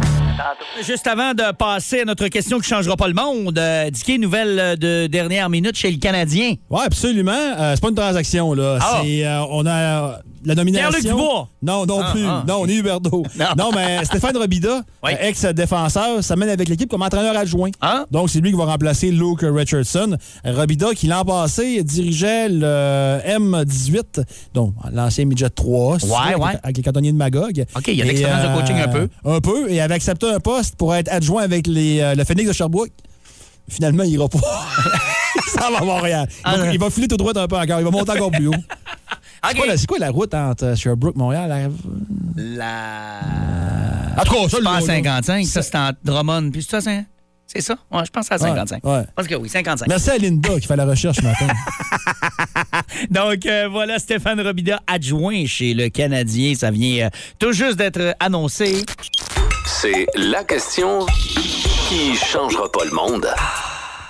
Speaker 3: Juste avant de passer à notre question qui changera pas le monde, euh, Dicky, nouvelle euh, de dernière minute chez le Canadien.
Speaker 4: Ouais, absolument. Euh, c'est pas une transaction, là.
Speaker 3: Ah.
Speaker 4: C'est, euh, on a euh, la nomination.
Speaker 3: Pierre-Luc Dubois.
Speaker 4: Non, non plus.
Speaker 3: ah.
Speaker 4: Non, ni Huberdo.
Speaker 3: Non.
Speaker 4: non. mais Stéphane Robida,
Speaker 3: Oui.
Speaker 4: euh, ex-défenseur, s'amène avec l'équipe comme entraîneur adjoint.
Speaker 3: Ah.
Speaker 4: Donc, c'est lui qui va remplacer Luke Richardson. Robida, qui l'an passé dirigeait le M18, donc l'ancien midget 3, si
Speaker 3: Ouais,
Speaker 4: tu veux, avec-
Speaker 3: ouais.
Speaker 4: avec les cantonniers de Magog.
Speaker 3: OK, il y a de
Speaker 4: Et, euh,
Speaker 3: l'expérience de coaching un peu.
Speaker 4: Un peu, et avait accepté un poste pour être adjoint avec les, euh, le Phoenix de Sherbrooke. Finalement, il ira pas. Ça va à Montréal. Il
Speaker 3: Ah,
Speaker 4: va-
Speaker 3: non.
Speaker 4: il va filer tout droit un peu encore. Il va monter encore plus haut. C'est quoi la- C'est quoi la route entre euh, Sherbrooke, Montréal? la-
Speaker 3: La.
Speaker 4: En tout cas, ça,
Speaker 3: Je pense à
Speaker 4: le-
Speaker 3: 55. Ça, c'est en Drummond. Puis c'est ça, c'est- c'est ça? Ouais, je pense à 55.
Speaker 4: ouais.
Speaker 3: Parce que oui, 55.
Speaker 4: Merci à Linda qui fait la recherche ce matin.
Speaker 3: Donc euh, voilà Stéphane Robida adjoint chez le Canadien. Ça vient euh, tout juste d'être annoncé.
Speaker 2: C'est la question qui changera pas le monde.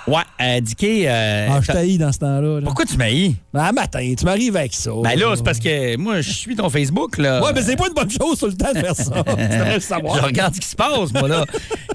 Speaker 3: Ouais, euh, Dicky, euh,
Speaker 4: Ah, je t'haïs dans ce temps-là. là.
Speaker 3: pourquoi tu m'haïs?
Speaker 4: Ben, matin, tu m'arrives avec ça.
Speaker 3: Ben là, c'est parce que moi, je suis ton Facebook, là.
Speaker 4: Ouais, mais c'est pas une bonne chose sur le temps de faire ça. tu devrais le savoir.
Speaker 3: Eh, Je regarde ce qui se passe, moi, là.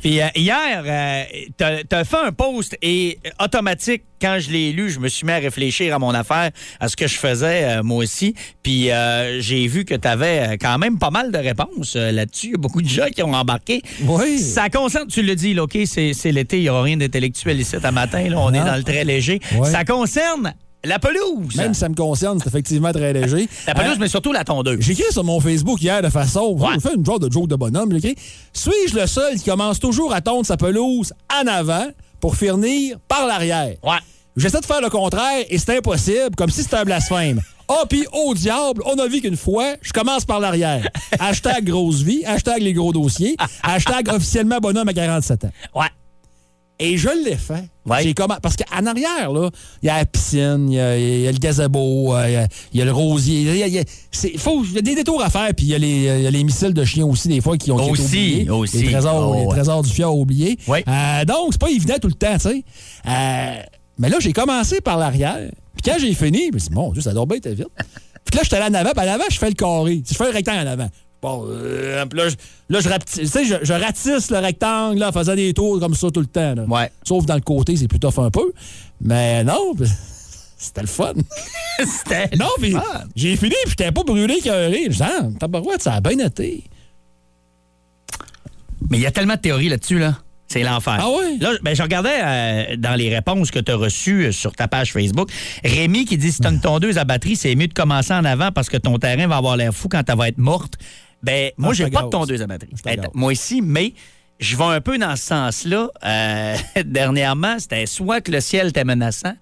Speaker 3: Puis euh, hier, euh, t'as t'as fait un post et euh, automatique, quand je l'ai lu, je me suis mis à réfléchir à mon affaire, à ce que je faisais, euh, moi aussi. Puis euh, j'ai vu que t'avais euh, quand même pas mal de réponses euh, là-dessus. Il y a beaucoup de gens qui ont embarqué.
Speaker 4: Oui.
Speaker 3: Ça concentre, tu le dis, là, OK, c'est c'est l'été, il n'y aura rien d'intellectuel ici à matin, là, on est dans le très léger.
Speaker 4: Ouais.
Speaker 3: Ça concerne la pelouse.
Speaker 4: Même si ça me concerne, c'est effectivement très léger.
Speaker 3: la pelouse,
Speaker 4: Euh,
Speaker 3: mais surtout la tondeuse.
Speaker 4: J'ai écrit sur mon Facebook hier de façon.
Speaker 3: Ouais.
Speaker 4: J'ai fait une genre de joke de bonhomme. J'ai écrit Suis-je le seul qui commence toujours à tondre sa pelouse en avant pour finir par l'arrière
Speaker 3: Ouais.
Speaker 4: J'essaie de faire le contraire et c'est impossible, comme si c'était un blasphème. Ah, puis au diable, on a vu qu'une fois, je commence par l'arrière. Hashtag grosse vie, hashtag les gros dossiers, hashtag officiellement bonhomme à 47 ans.
Speaker 3: Ouais.
Speaker 4: Et je l'ai fait.
Speaker 3: Ouais.
Speaker 4: J'ai comm- Parce qu'en arrière, là, il y a la piscine, il y a, il y a le gazebo, euh, il y a- il y, a le rosier. Il y a- il y a- c'est- faut- il y a des détours à faire, puis il y, a les- il y a les missiles de chiens aussi, des fois, qui ont qui ont été
Speaker 3: Aussi,
Speaker 4: oubliés.
Speaker 3: aussi.
Speaker 4: Les trésors,
Speaker 3: Oh,
Speaker 4: les
Speaker 3: ouais.
Speaker 4: trésors du fjord oubliés.
Speaker 3: Ouais.
Speaker 4: Euh, donc, c'est pas évident tout le temps, tu sais. Euh, mais là, j'ai commencé par l'arrière. Puis quand j'ai fini, je me suis dit, mon Dieu, ça doit bien être vite. Puis là, je suis allé en avant. Puis en avant, je fais le carré. Je fais le rectangle en avant. Bon, euh, puis là, je, là, je, rapti- tu sais, je- je ratisse le rectangle là, en faisant des tours comme ça tout le temps. là.
Speaker 3: Ouais.
Speaker 4: Sauf dans le côté, c'est plus tough un peu. Mais non, c'était le fun.
Speaker 3: C'était.
Speaker 4: Non, puis
Speaker 3: Ah.
Speaker 4: j'ai fini, puis j'étais pas brûlé qu'un rire. Genre, ah, tabarouette, ça a bien été.
Speaker 3: Mais il y a tellement de théories là-dessus, là. C'est l'enfer.
Speaker 4: Ah ouais?
Speaker 3: Là, ben, je regardais euh, dans les réponses que tu as reçues euh, sur ta page Facebook. Rémi qui dit si tu une tondeuse à batterie, c'est mieux de commencer en avant parce que ton terrain va avoir l'air fou quand elle va être morte. Ben, moi,
Speaker 4: Ah, je
Speaker 3: j'ai
Speaker 4: te
Speaker 3: pas de
Speaker 4: gase.
Speaker 3: tondeuse à batterie.
Speaker 4: Je te
Speaker 3: Ben,
Speaker 4: gase.
Speaker 3: moi ici, mais je vais un peu dans ce sens-là. Euh, dernièrement, c'était soit que le ciel était menaçant,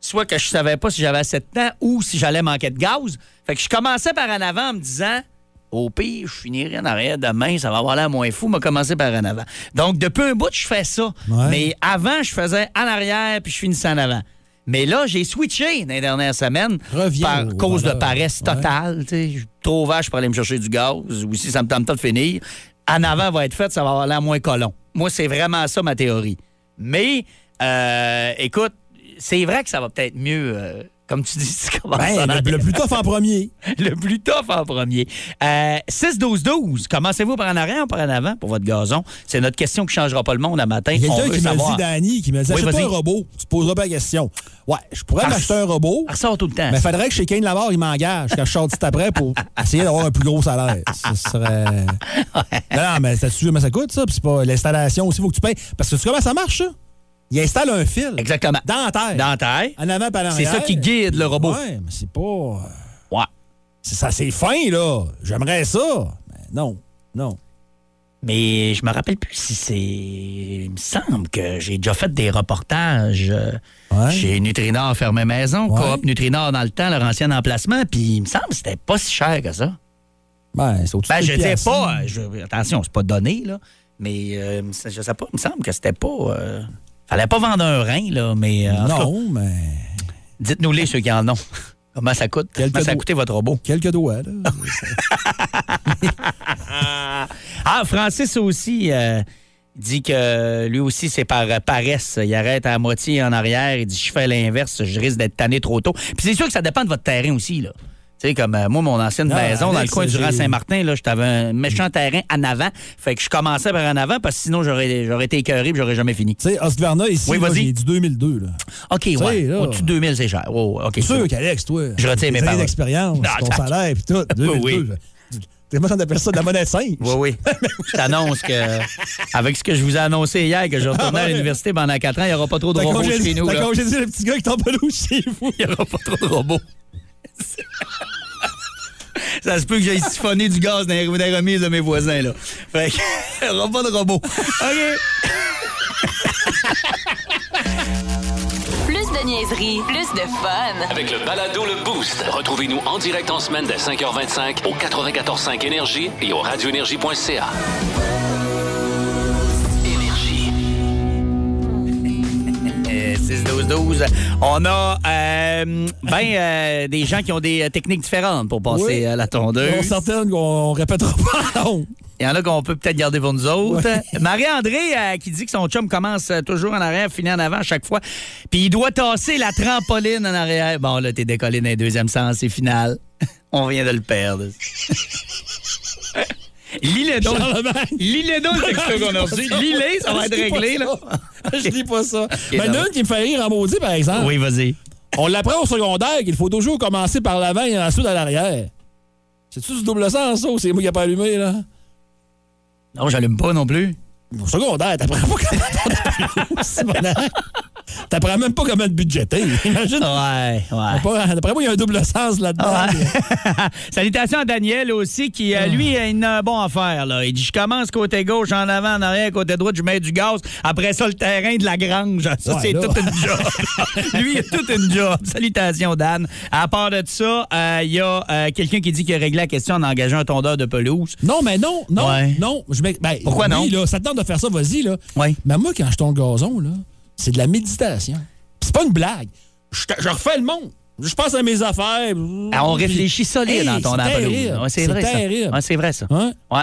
Speaker 3: soit que je savais pas si j'avais assez de temps ou si j'allais manquer de gaz. Fait que je commençais par en avant en me disant au pire, je finirai en arrière demain, ça va avoir l'air moins fou, m'a commencé par en avant. Donc, depuis un bout, je fais ça.
Speaker 4: Ouais.
Speaker 3: Mais avant, je faisais en arrière, puis je finissais en avant. Mais là, j'ai switché dans les dernières semaines
Speaker 4: Reviens
Speaker 3: par
Speaker 4: aux
Speaker 3: cause de
Speaker 4: valeurs.
Speaker 3: paresse
Speaker 4: Ouais.
Speaker 3: totale. tu sais. Je suis Trop vache pour aller me chercher du gaz, ou si ça me tente pas de finir. En avant va être fait, ça va avoir l'air moins colon. Moi, c'est vraiment ça ma théorie. Mais, euh, écoute, c'est vrai que ça va peut-être mieux, euh, comme tu dis, si tu commences
Speaker 4: Ben,
Speaker 3: en
Speaker 4: le, le
Speaker 3: arrière
Speaker 4: plus tough en premier.
Speaker 3: le plus tough en premier. Euh, 6-12-12, commencez-vous par en arrière ou par en avant pour votre gazon? C'est notre question qui changera pas le monde à matin.
Speaker 4: Il y a
Speaker 3: On
Speaker 4: quelqu'un
Speaker 3: veut
Speaker 4: qui me
Speaker 3: savoir.
Speaker 4: dit, Danny, qui me dit
Speaker 3: Oui,
Speaker 4: achète
Speaker 3: vas-y.
Speaker 4: un robot. Tu te poseras pas la question. Ouais, je pourrais
Speaker 3: Ah,
Speaker 4: m'acheter un robot,
Speaker 3: Elle ressort tout le temps.
Speaker 4: mais il faudrait que chez Kane Lamar, il m'engage quand je sors d'ici après pour essayer d'avoir un plus gros salaire. Ce serait. Non, non, mais ça, mais ça coûte, ça. Puis c'est pas l'installation aussi, il faut que tu payes. Parce que tu sais comment ça marche, ça? Il installe un fil.
Speaker 3: Exactement.
Speaker 4: Dans la terre.
Speaker 3: Dans la terre.
Speaker 4: En avant, par en
Speaker 3: C'est ça
Speaker 4: arrière.
Speaker 3: qui guide le robot.
Speaker 4: Ouais, mais c'est pas.
Speaker 3: Ouais.
Speaker 4: C'est ça, c'est fin, là. J'aimerais ça. Mais non, non.
Speaker 3: Mais je me rappelle plus si c'est. Il me semble que j'ai déjà fait des reportages euh,
Speaker 4: Ouais.
Speaker 3: chez Nutrinor Fermé Maison,
Speaker 4: Ouais.
Speaker 3: Coop Nutrinor dans le temps, leur ancien emplacement, puis il me semble que c'était pas si cher que ça.
Speaker 4: Ben, c'est au-dessus
Speaker 3: Ben,
Speaker 4: de
Speaker 3: je dis
Speaker 4: piastres.
Speaker 3: pas. euh, je- attention, c'est pas donné, là. Mais euh, c'est- je sais pas, il me semble que c'était pas. euh, fallait pas vendre un rein, là. Mais euh, en tout cas,
Speaker 4: hein. Non, mais.
Speaker 3: dites-nous les ceux qui en ont. Comment ça coûte?
Speaker 4: Quelques
Speaker 3: Comment ça a
Speaker 4: doigts.
Speaker 3: coûté votre robot?
Speaker 4: Quelques doigts, là.
Speaker 3: Ah, Francis aussi euh, dit que lui aussi, c'est par euh, paresse. Il arrête à moitié en arrière. Il dit Je fais l'inverse, je risque d'être tanné trop tôt. Puis c'est sûr que ça dépend de votre terrain aussi, là. Tu sais, comme euh, moi, mon ancienne
Speaker 4: Non,
Speaker 3: maison dans le
Speaker 4: Alex,
Speaker 3: coin du
Speaker 4: j'ai-
Speaker 3: Rang-Saint-Martin, là, j'avais un méchant terrain en avant. Fait que je commençais par en avant parce que sinon, j'aurais j'aurais été écœuré et j'aurais jamais fini.
Speaker 4: Tu sais, Ostverna, ici,
Speaker 3: Oui,
Speaker 4: là,
Speaker 3: vas-y.
Speaker 4: j'ai du 2002. Là.
Speaker 3: OK,
Speaker 4: sais,
Speaker 3: ouais.
Speaker 4: là.
Speaker 3: Au-dessus de 2000, c'est cher. Oh, OK.
Speaker 4: sûr
Speaker 3: c'est-
Speaker 4: qu'Alex, toi,
Speaker 3: Je retiens
Speaker 4: tes
Speaker 3: mes
Speaker 4: années
Speaker 3: paroles.
Speaker 4: d'expérience,
Speaker 3: Non,
Speaker 4: ton
Speaker 3: attends.
Speaker 4: salaire et tout, 2002.
Speaker 3: Oui,
Speaker 4: je- T'es pas on appelle ça de la monnaie sainte.
Speaker 3: Oui, oui. Je t'annonce que, avec ce que je vous ai annoncé hier, que je retournais à l'université pendant 4 ans, il n'y aura pas trop de
Speaker 4: T'as
Speaker 3: robots chez
Speaker 4: congédié
Speaker 3: nous.
Speaker 4: t'as
Speaker 3: là.
Speaker 4: congédié le petit gars qui t'en pelouse chez vous.
Speaker 3: Il n'y aura pas trop de robots. Ça se peut que j'aille siphonner du gaz dans les dans les remises de mes voisins, là. Fait que, il n'y aura pas de robots. OK.
Speaker 6: Plus de niaiserie, plus de fun.
Speaker 2: Avec le balado Le Boost, retrouvez-nous en direct en semaine dès 5h25 au 94.5 Énergie et au radioénergie.ca. Énergie.
Speaker 3: Euh, 6-12-12. On a euh, ben, euh, des gens qui ont des euh, techniques différentes pour passer
Speaker 4: Oui.
Speaker 3: à la
Speaker 4: On
Speaker 3: tondeuse.
Speaker 4: certaine qu'on répétera pas. non.
Speaker 3: Il y en a qu'on peut peut-être garder pour nous autres. Marie-André, euh, qui dit que son chum commence euh, toujours en arrière, finit en avant à chaque fois. Puis il doit tasser la trampoline en arrière. Bon, là, t'es décollé dans les deuxième sens, c'est final. On vient de le perdre. Lis-le donc.
Speaker 4: Charlemagne.
Speaker 3: Lis-le donc, le texto qu'on a reçu. Lis-le, ça va être réglé, là.
Speaker 4: Je lis pas ça. Mais
Speaker 3: ça va.
Speaker 4: l'une qui me fait rire en maudit, par exemple.
Speaker 3: Oui, vas-y.
Speaker 4: On l'apprend au secondaire qu'il faut toujours commencer par l'avant et ensuite à l'arrière. C'est-tu du double sens, ça, ou c'est moi qui n'ai pas allumé, là?
Speaker 3: Non, j'allume pas non plus.
Speaker 4: Au secondaire, t'apprends pas comment t'apprends. T'apprends même pas comment te budgéter. Imagine.
Speaker 3: Ouais, ouais.
Speaker 4: Pas- D'après moi, il y a un double sens là-dedans.
Speaker 3: Ah. Ouais. Salutations à Daniel aussi, qui, euh, lui, a une euh, bon affaire. Là. Il dit Je commence côté gauche, en avant, en arrière, côté droite, je mets du gaz. Après ça, le terrain de la grange. Ça,
Speaker 4: Ouais,
Speaker 3: c'est
Speaker 4: là.
Speaker 3: toute une job. lui, il a toute une job. Salutations, Dan. À part de ça, euh, il y a euh, quelqu'un qui dit qu'il a réglé la question en engageant un tondeur de pelouse.
Speaker 4: Non, mais non, non,
Speaker 3: Ouais.
Speaker 4: non. Je m'ex- ben,
Speaker 3: Pourquoi
Speaker 4: oui,
Speaker 3: non?
Speaker 4: Là, ça te tente de faire ça, vas-y. Là.
Speaker 3: Ouais.
Speaker 4: Mais moi, quand je tombe le gazon, là, c'est de la méditation. C'est pas une blague. Je, te- je refais le monde. Je pense à mes affaires.
Speaker 3: Ah, on réfléchit solide
Speaker 4: Hey,
Speaker 3: en tondeur
Speaker 4: c'est
Speaker 3: de pelouse.
Speaker 4: terrible.
Speaker 3: Ouais, c'est
Speaker 4: C'est
Speaker 3: vrai, ça.
Speaker 4: terrible.
Speaker 3: Ouais, c'est vrai, ça.
Speaker 4: Hein?
Speaker 3: Ouais.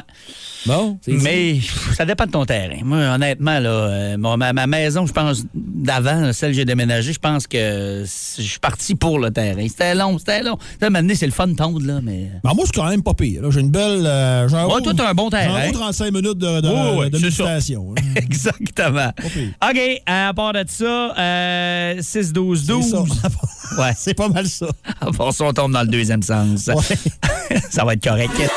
Speaker 4: Bon, c'est dit.
Speaker 3: Mais pff, ça dépend de ton terrain. Moi, honnêtement, là, euh, mon- ma, ma maison, je pense, d'avant, celle que j'ai déménagée, je pense que c- je suis parti pour le terrain. C'était long, c'était long. Ça, maintenant, c'est le fun de tondre, là, mais. euh,
Speaker 4: Ben, moi, c'est quand même pas pire. là. J'ai une belle. euh, j'ai un
Speaker 3: Ouais,
Speaker 4: haut-
Speaker 3: toi, t'as un bon
Speaker 4: j'ai
Speaker 3: terrain.
Speaker 4: haut 35 minutes de, de,
Speaker 3: Oui, oui,
Speaker 4: de
Speaker 3: c'est ça.
Speaker 4: méditation. là.
Speaker 3: Exactement.
Speaker 4: pire.
Speaker 3: OK, à part de ça, euh, 6-12-12.
Speaker 4: C'est ça.
Speaker 3: Ouais.
Speaker 4: c'est pas mal ça.
Speaker 3: À part Ah, ça, on tombe dans le deuxième sens. ça va être correct. Question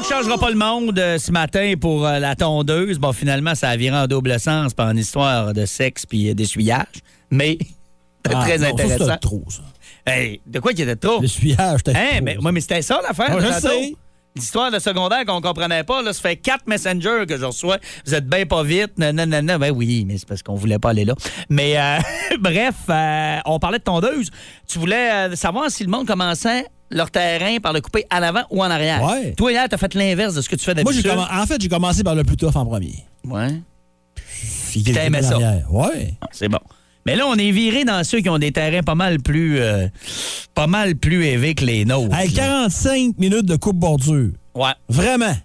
Speaker 3: qui changera pas le monde euh, ce matin pour euh, la tondeuse. Bon, finalement, ça a viré en double sens par une histoire de sexe puis euh, d'essuyage. Mais très
Speaker 4: Ah, non, ça,
Speaker 3: intéressant.
Speaker 4: c'était trop, ça.
Speaker 3: Hey, de quoi qu'il était trop?
Speaker 4: L'essuyage, t'as
Speaker 3: Hein, mais, ouais, mais c'était ça l'affaire.
Speaker 4: Ouais,
Speaker 3: de
Speaker 4: je
Speaker 3: tantôt.
Speaker 4: sais.
Speaker 3: L'histoire de secondaire qu'on comprenait pas, là, ça fait quatre messengers que je reçois. Vous êtes bien pas vite. Non, non, non, non. Ben oui, mais c'est parce qu'on voulait pas aller là. Mais euh, bref, euh, on parlait de tondeuse. Tu voulais euh, savoir si le monde commençait leur terrain par le couper en avant ou en arrière.
Speaker 4: Ouais.
Speaker 3: Toi, hier, t'as fait l'inverse de ce que tu fais
Speaker 4: Moi, j'ai
Speaker 3: d'habitude.
Speaker 4: commen- en fait, j'ai commencé par le plus tough en premier.
Speaker 3: Ouais.
Speaker 4: Puis quelqu'un
Speaker 3: aimé ça.
Speaker 4: derrière. Ouais.
Speaker 3: Ah, C'est bon. Mais là, on est viré dans ceux qui ont des terrains pas mal plus, euh, pas mal plus élevés que les nôtres.
Speaker 4: Hey,
Speaker 3: là.
Speaker 4: 45 minutes de coupe bordure.
Speaker 3: Ouais,
Speaker 4: Vraiment.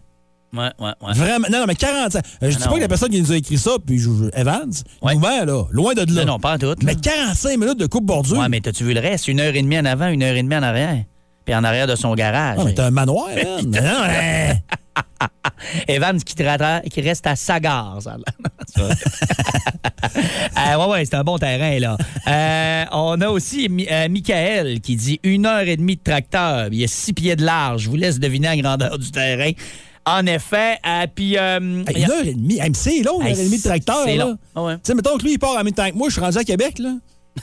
Speaker 3: ouais, ouais, ouais.
Speaker 4: Vraiment. Non, non, mais 45. Euh,
Speaker 3: Ah
Speaker 4: Je dis
Speaker 3: non.
Speaker 4: pas que la personne qui nous a écrit ça, puis je, je- Evans,
Speaker 3: Ouais.
Speaker 4: nous-mêmes, là, loin de là.
Speaker 3: Non, non, pas en tout, là.
Speaker 4: Mais 45 minutes de coupe bordure.
Speaker 3: Ouais, mais t'as-tu vu le reste? Une heure et demie en avant, une heure et demie en arrière. Puis en arrière de son garage.
Speaker 4: Ah, mais t'as un manoir, man. Non, non, hein.
Speaker 3: Evans qui, te rattra- qui reste à Sagar, ça. a l'air. Euh, ouais, ouais, c'est un bon terrain, là. Euh, on a aussi Mi- euh, Michael qui dit une heure et demie de tracteur. Il y a six pieds de large. Je vous laisse deviner la grandeur du terrain. En effet. euh, puis. euh,
Speaker 4: Hey, une heure et demie. Hey, mais c'est long, une
Speaker 3: Hey,
Speaker 4: heure et demie de tracteur.
Speaker 3: c'est
Speaker 4: là.
Speaker 3: long. Ah ouais.
Speaker 4: Tu sais, mettons que lui, il part en même temps que moi, je suis rendu à Québec, là.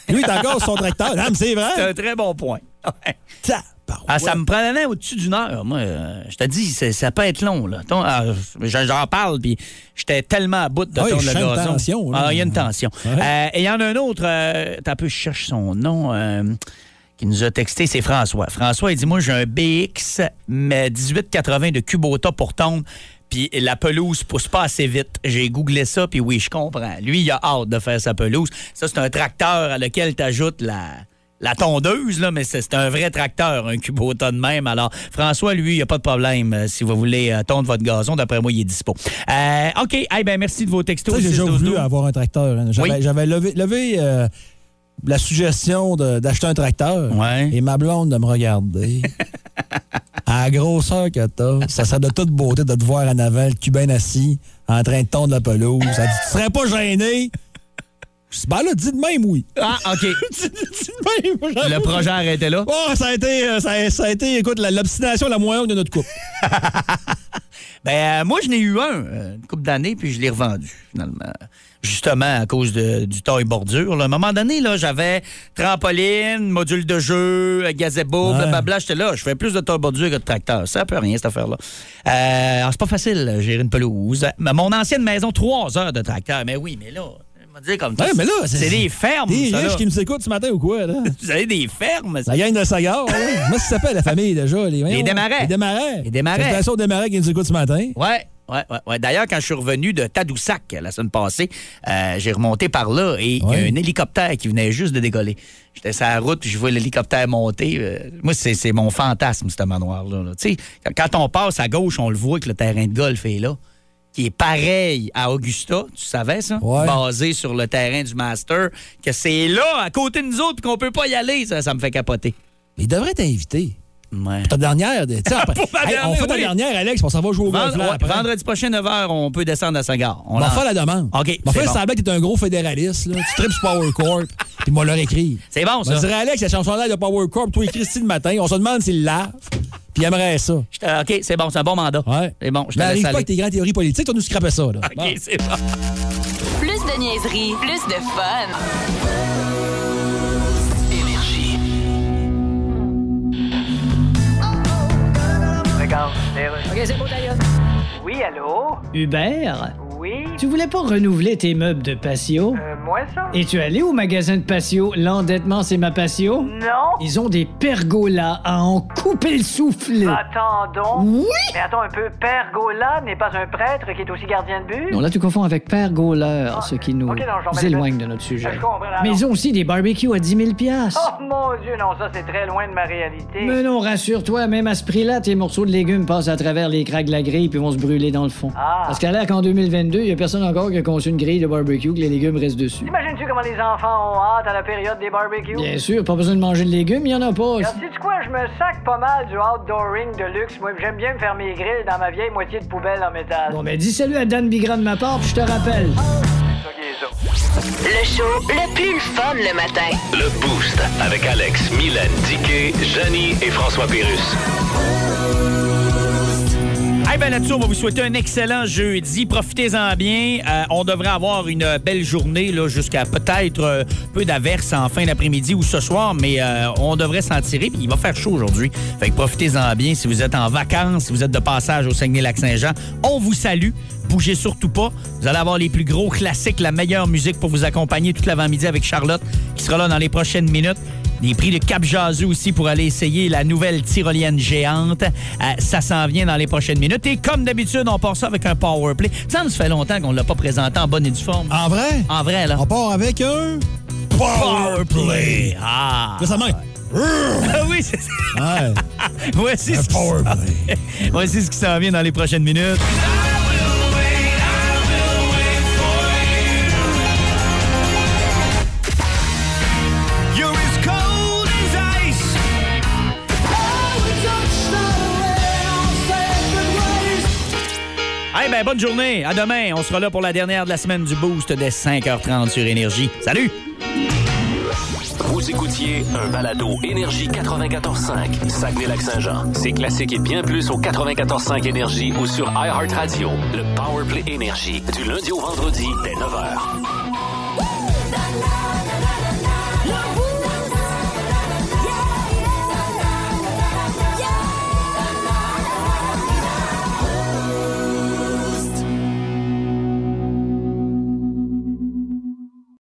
Speaker 4: Lui, il est encore sur son tracteur. Non, mais c'est
Speaker 3: c'est
Speaker 4: vrai.
Speaker 3: un très bon point. Ouais.
Speaker 4: Tabarouette.
Speaker 3: Ah, ça me prenait au-dessus d'une heure. Moi, euh, je te dis, c'est- ça peut être long. là. Ton- ah, je- J'en parle, puis j'étais tellement à bout de
Speaker 4: Ouais,
Speaker 3: tourner
Speaker 4: je
Speaker 3: le
Speaker 4: sens une
Speaker 3: gazon.
Speaker 4: tension, là.
Speaker 3: Ah, il y a une tension.
Speaker 4: Ouais.
Speaker 3: Euh, et il y en a un autre, euh, t'as un peu, je cherche son nom, euh, qui nous a texté, c'est François. François, il dit, moi, j'ai un BX mais 1880 de Kubota pour tondre, puis la pelouse pousse pas assez vite. J'ai googlé ça, puis oui, je comprends. Lui, il a hâte de faire sa pelouse. Ça, c'est un tracteur à lequel t'ajoutes la... La tondeuse, là, mais c'est c'est un vrai tracteur, un Kubota de même. Alors, François, lui, il n'y a pas de problème. euh, si vous voulez euh, tondre votre gazon, d'après moi, il est dispo. Euh, OK. Eh ben merci de vos
Speaker 4: Tu
Speaker 3: textos.
Speaker 4: sais, j'ai déjà
Speaker 3: 6-12-12.
Speaker 4: voulu avoir un tracteur. hein. J'avais
Speaker 3: Oui.
Speaker 4: j'avais levé, levé, euh, la suggestion de- d'acheter un tracteur.
Speaker 3: Ouais.
Speaker 4: Et ma blonde de me regarder. à la grosseur que t'as, ça serait de toute beauté de te voir en avant, le cubain assis, en train de tondre la pelouse. Elle dit, tu serais pas gêné? Je dis, ben là, dis de même oui.
Speaker 3: Ah, OK.
Speaker 4: dis de même. j'avoue.
Speaker 3: Le projet arrêté là.
Speaker 4: Oh, ça a été, euh, ça a, ça a été écoute, la- l'obstination la moins haute de notre couple.
Speaker 3: Ben, euh, moi, je n'ai eu un, euh, une couple d'années, puis je l'ai revendu, finalement. Justement, à cause de- du taille bordure. là. À un moment donné, là, j'avais trampoline, module de jeu, euh, gazebo,
Speaker 4: Ouais.
Speaker 3: blablabla. J'étais là, je fais plus de taille bordure que de tracteur. Ça peut rien, cette affaire-là. Euh, alors, c'est pas facile, euh, gérer une pelouse. Mais Mon ancienne maison, trois heures de tracteur. Mais oui, mais là, on va dire comme ça.
Speaker 4: Ouais, mais là, c'est-
Speaker 3: c'est des fermes,
Speaker 4: Des
Speaker 3: ça,
Speaker 4: riches
Speaker 3: là.
Speaker 4: qui Ben, nous écoutent ce matin ou quoi, là?
Speaker 3: Vous avez des fermes, ça.
Speaker 4: La gang de Sagar, ouais. Moi, ça s'appelle la famille déjà. Les, voyons,
Speaker 3: Démarets.
Speaker 4: Les démarrais.
Speaker 3: Les Démarrais.
Speaker 4: Félicitations aux démarrais qui nous écoutent ce matin.
Speaker 3: Ouais. ouais, ouais, ouais. D'ailleurs, quand je suis revenu de Tadoussac la semaine passée, euh, j'ai remonté par là et il y a un hélicoptère qui venait juste de décoller. J'étais sur la route, puis je vois l'hélicoptère monter. Euh, moi, c'est c'est mon fantasme, ce manoir-là. là. Tu sais, quand- quand on passe à gauche, on le voit que le terrain de golf est là, qui est pareil à Augusta, tu savais ça? Basé sur le terrain du Master, que c'est là, à côté de nous autres, puis qu'on peut pas y aller. Ça, ça me fait capoter.
Speaker 4: Il devrait t'inviter.
Speaker 3: Ouais.
Speaker 4: Pour ta dernière. de- tu sais, après-
Speaker 3: Pour ma
Speaker 4: Hey, on
Speaker 3: dernière,
Speaker 4: fait ta
Speaker 3: oui.
Speaker 4: dernière, Alex, on s'en va jouer au golf.
Speaker 3: Vendre-
Speaker 4: là,
Speaker 3: ouais,
Speaker 4: après.
Speaker 3: vendredi prochain, 9h, on peut descendre à Saint-Gard.
Speaker 4: On va faire la demande.
Speaker 3: OK.
Speaker 4: Mon
Speaker 3: c'est
Speaker 4: frère
Speaker 3: bon.
Speaker 4: semblait que t'es un gros fédéraliste, là. Tu tripes sur Power Corp. Puis moi, leur écrit.
Speaker 3: C'est bon, ça.
Speaker 4: Je dirais, Alex, la chanson de Power Corp, toi et Christy le matin, on se demande s'il lave. Puis il aimerait ça.
Speaker 3: Euh, OK, c'est bon, c'est un bon mandat. C'est bon, je te
Speaker 4: Mais
Speaker 3: laisse
Speaker 4: Ben, arrive pas
Speaker 3: aller.
Speaker 4: avec tes grandes théories politiques, on nous scrapait ça, là.
Speaker 3: OK, c'est bon.
Speaker 6: Plus de niaiserie, plus de fun.
Speaker 8: OK, c'est bon, d'ailleurs.
Speaker 11: Oui, allô?
Speaker 7: Hubert?
Speaker 11: Oui?
Speaker 7: Tu voulais pas renouveler tes meubles de patio?
Speaker 11: Moi, ça?
Speaker 7: Et tu es allé au magasin de patio? L'endettement, c'est ma patio?
Speaker 11: Non.
Speaker 7: Ils ont des pergolas à en couper le souffle.
Speaker 11: Ah, Attendons.
Speaker 7: Oui?
Speaker 11: Mais attends un peu, Pergola n'est pas un prêtre qui est aussi gardien de but?
Speaker 7: Non, là, tu confonds avec pergoleur, ce qui nous
Speaker 11: Ah, ok, non, j'en mets
Speaker 7: éloigne
Speaker 11: le-
Speaker 7: de notre sujet.
Speaker 11: Je comprends, alors.
Speaker 7: Mais ils ont aussi des barbecues à 10 000
Speaker 11: Oh mon Dieu, non, ça c'est très loin de ma réalité.
Speaker 7: Mais non, rassure-toi, même à ce prix-là, tes morceaux de légumes passent à travers les craques de la grille puis vont se brûler dans le fond. Parce qu'à l'air qu'en 2022, il y a personne encore qui a conçu une grille de barbecue que les légumes restent dessus.
Speaker 11: Imagines-tu comment les enfants ont hâte à la période des barbecues?
Speaker 7: Bien sûr, pas besoin de manger de légumes, il y en a pas.
Speaker 11: Alors, sais-tu quoi? Je me sac pas mal du outdooring de luxe. Moi, j'aime bien me faire mes grilles dans ma vieille moitié de poubelle en métal.
Speaker 7: Bon, ben dis salut à Dan Bigra de ma part, puis je te rappelle.
Speaker 6: Le show le plus le fun le matin.
Speaker 2: Le Boost avec Alex, Mylène, Diquet, Janie et François Pérus.
Speaker 3: Eh bien là-dessus, on va vous souhaiter un excellent jeudi. Profitez-en bien. Euh, on devrait avoir une euh, belle journée là, jusqu'à peut-être euh, peu d'averses en fin d'après-midi ou ce soir, mais euh, on devrait s'en tirer. Puis il va faire chaud aujourd'hui. Fait que profitez-en bien. Si vous êtes en vacances, si vous êtes de passage au Saguenay-Lac-Saint-Jean, on vous salue. Bougez surtout pas. Vous allez avoir les plus gros classiques, la meilleure musique pour vous accompagner toute l'avant-midi avec Charlotte, qui sera là dans les prochaines minutes. Des prix de Cap Jazu aussi pour aller essayer la nouvelle tyrolienne géante. Euh, ça s'en vient dans les prochaines minutes. Et comme d'habitude, on part ça avec un power play. Ça nous fait longtemps qu'on ne l'a pas présenté en bonne et due forme.
Speaker 4: En vrai?
Speaker 3: En vrai, là.
Speaker 4: On part avec un
Speaker 3: Ah. power play. Ah!
Speaker 4: Là, ça manque.
Speaker 3: Ah oui, c'est ça. Voici ce qui s'en- Voici ce qui s'en vient dans les prochaines minutes.
Speaker 5: You're as cold as ice.
Speaker 3: Eh ben, bonne journée. À demain. On sera là pour la dernière de la semaine du Boost dès 5h30 sur Énergie. Salut!
Speaker 2: Vous écoutiez un balado Énergie 94.5, Saguenay-Lac-Saint-Jean. C'est classique et bien plus au 94.5 Énergie ou sur iHeartRadio. Le Powerplay Énergie, du lundi au vendredi, dès 9h.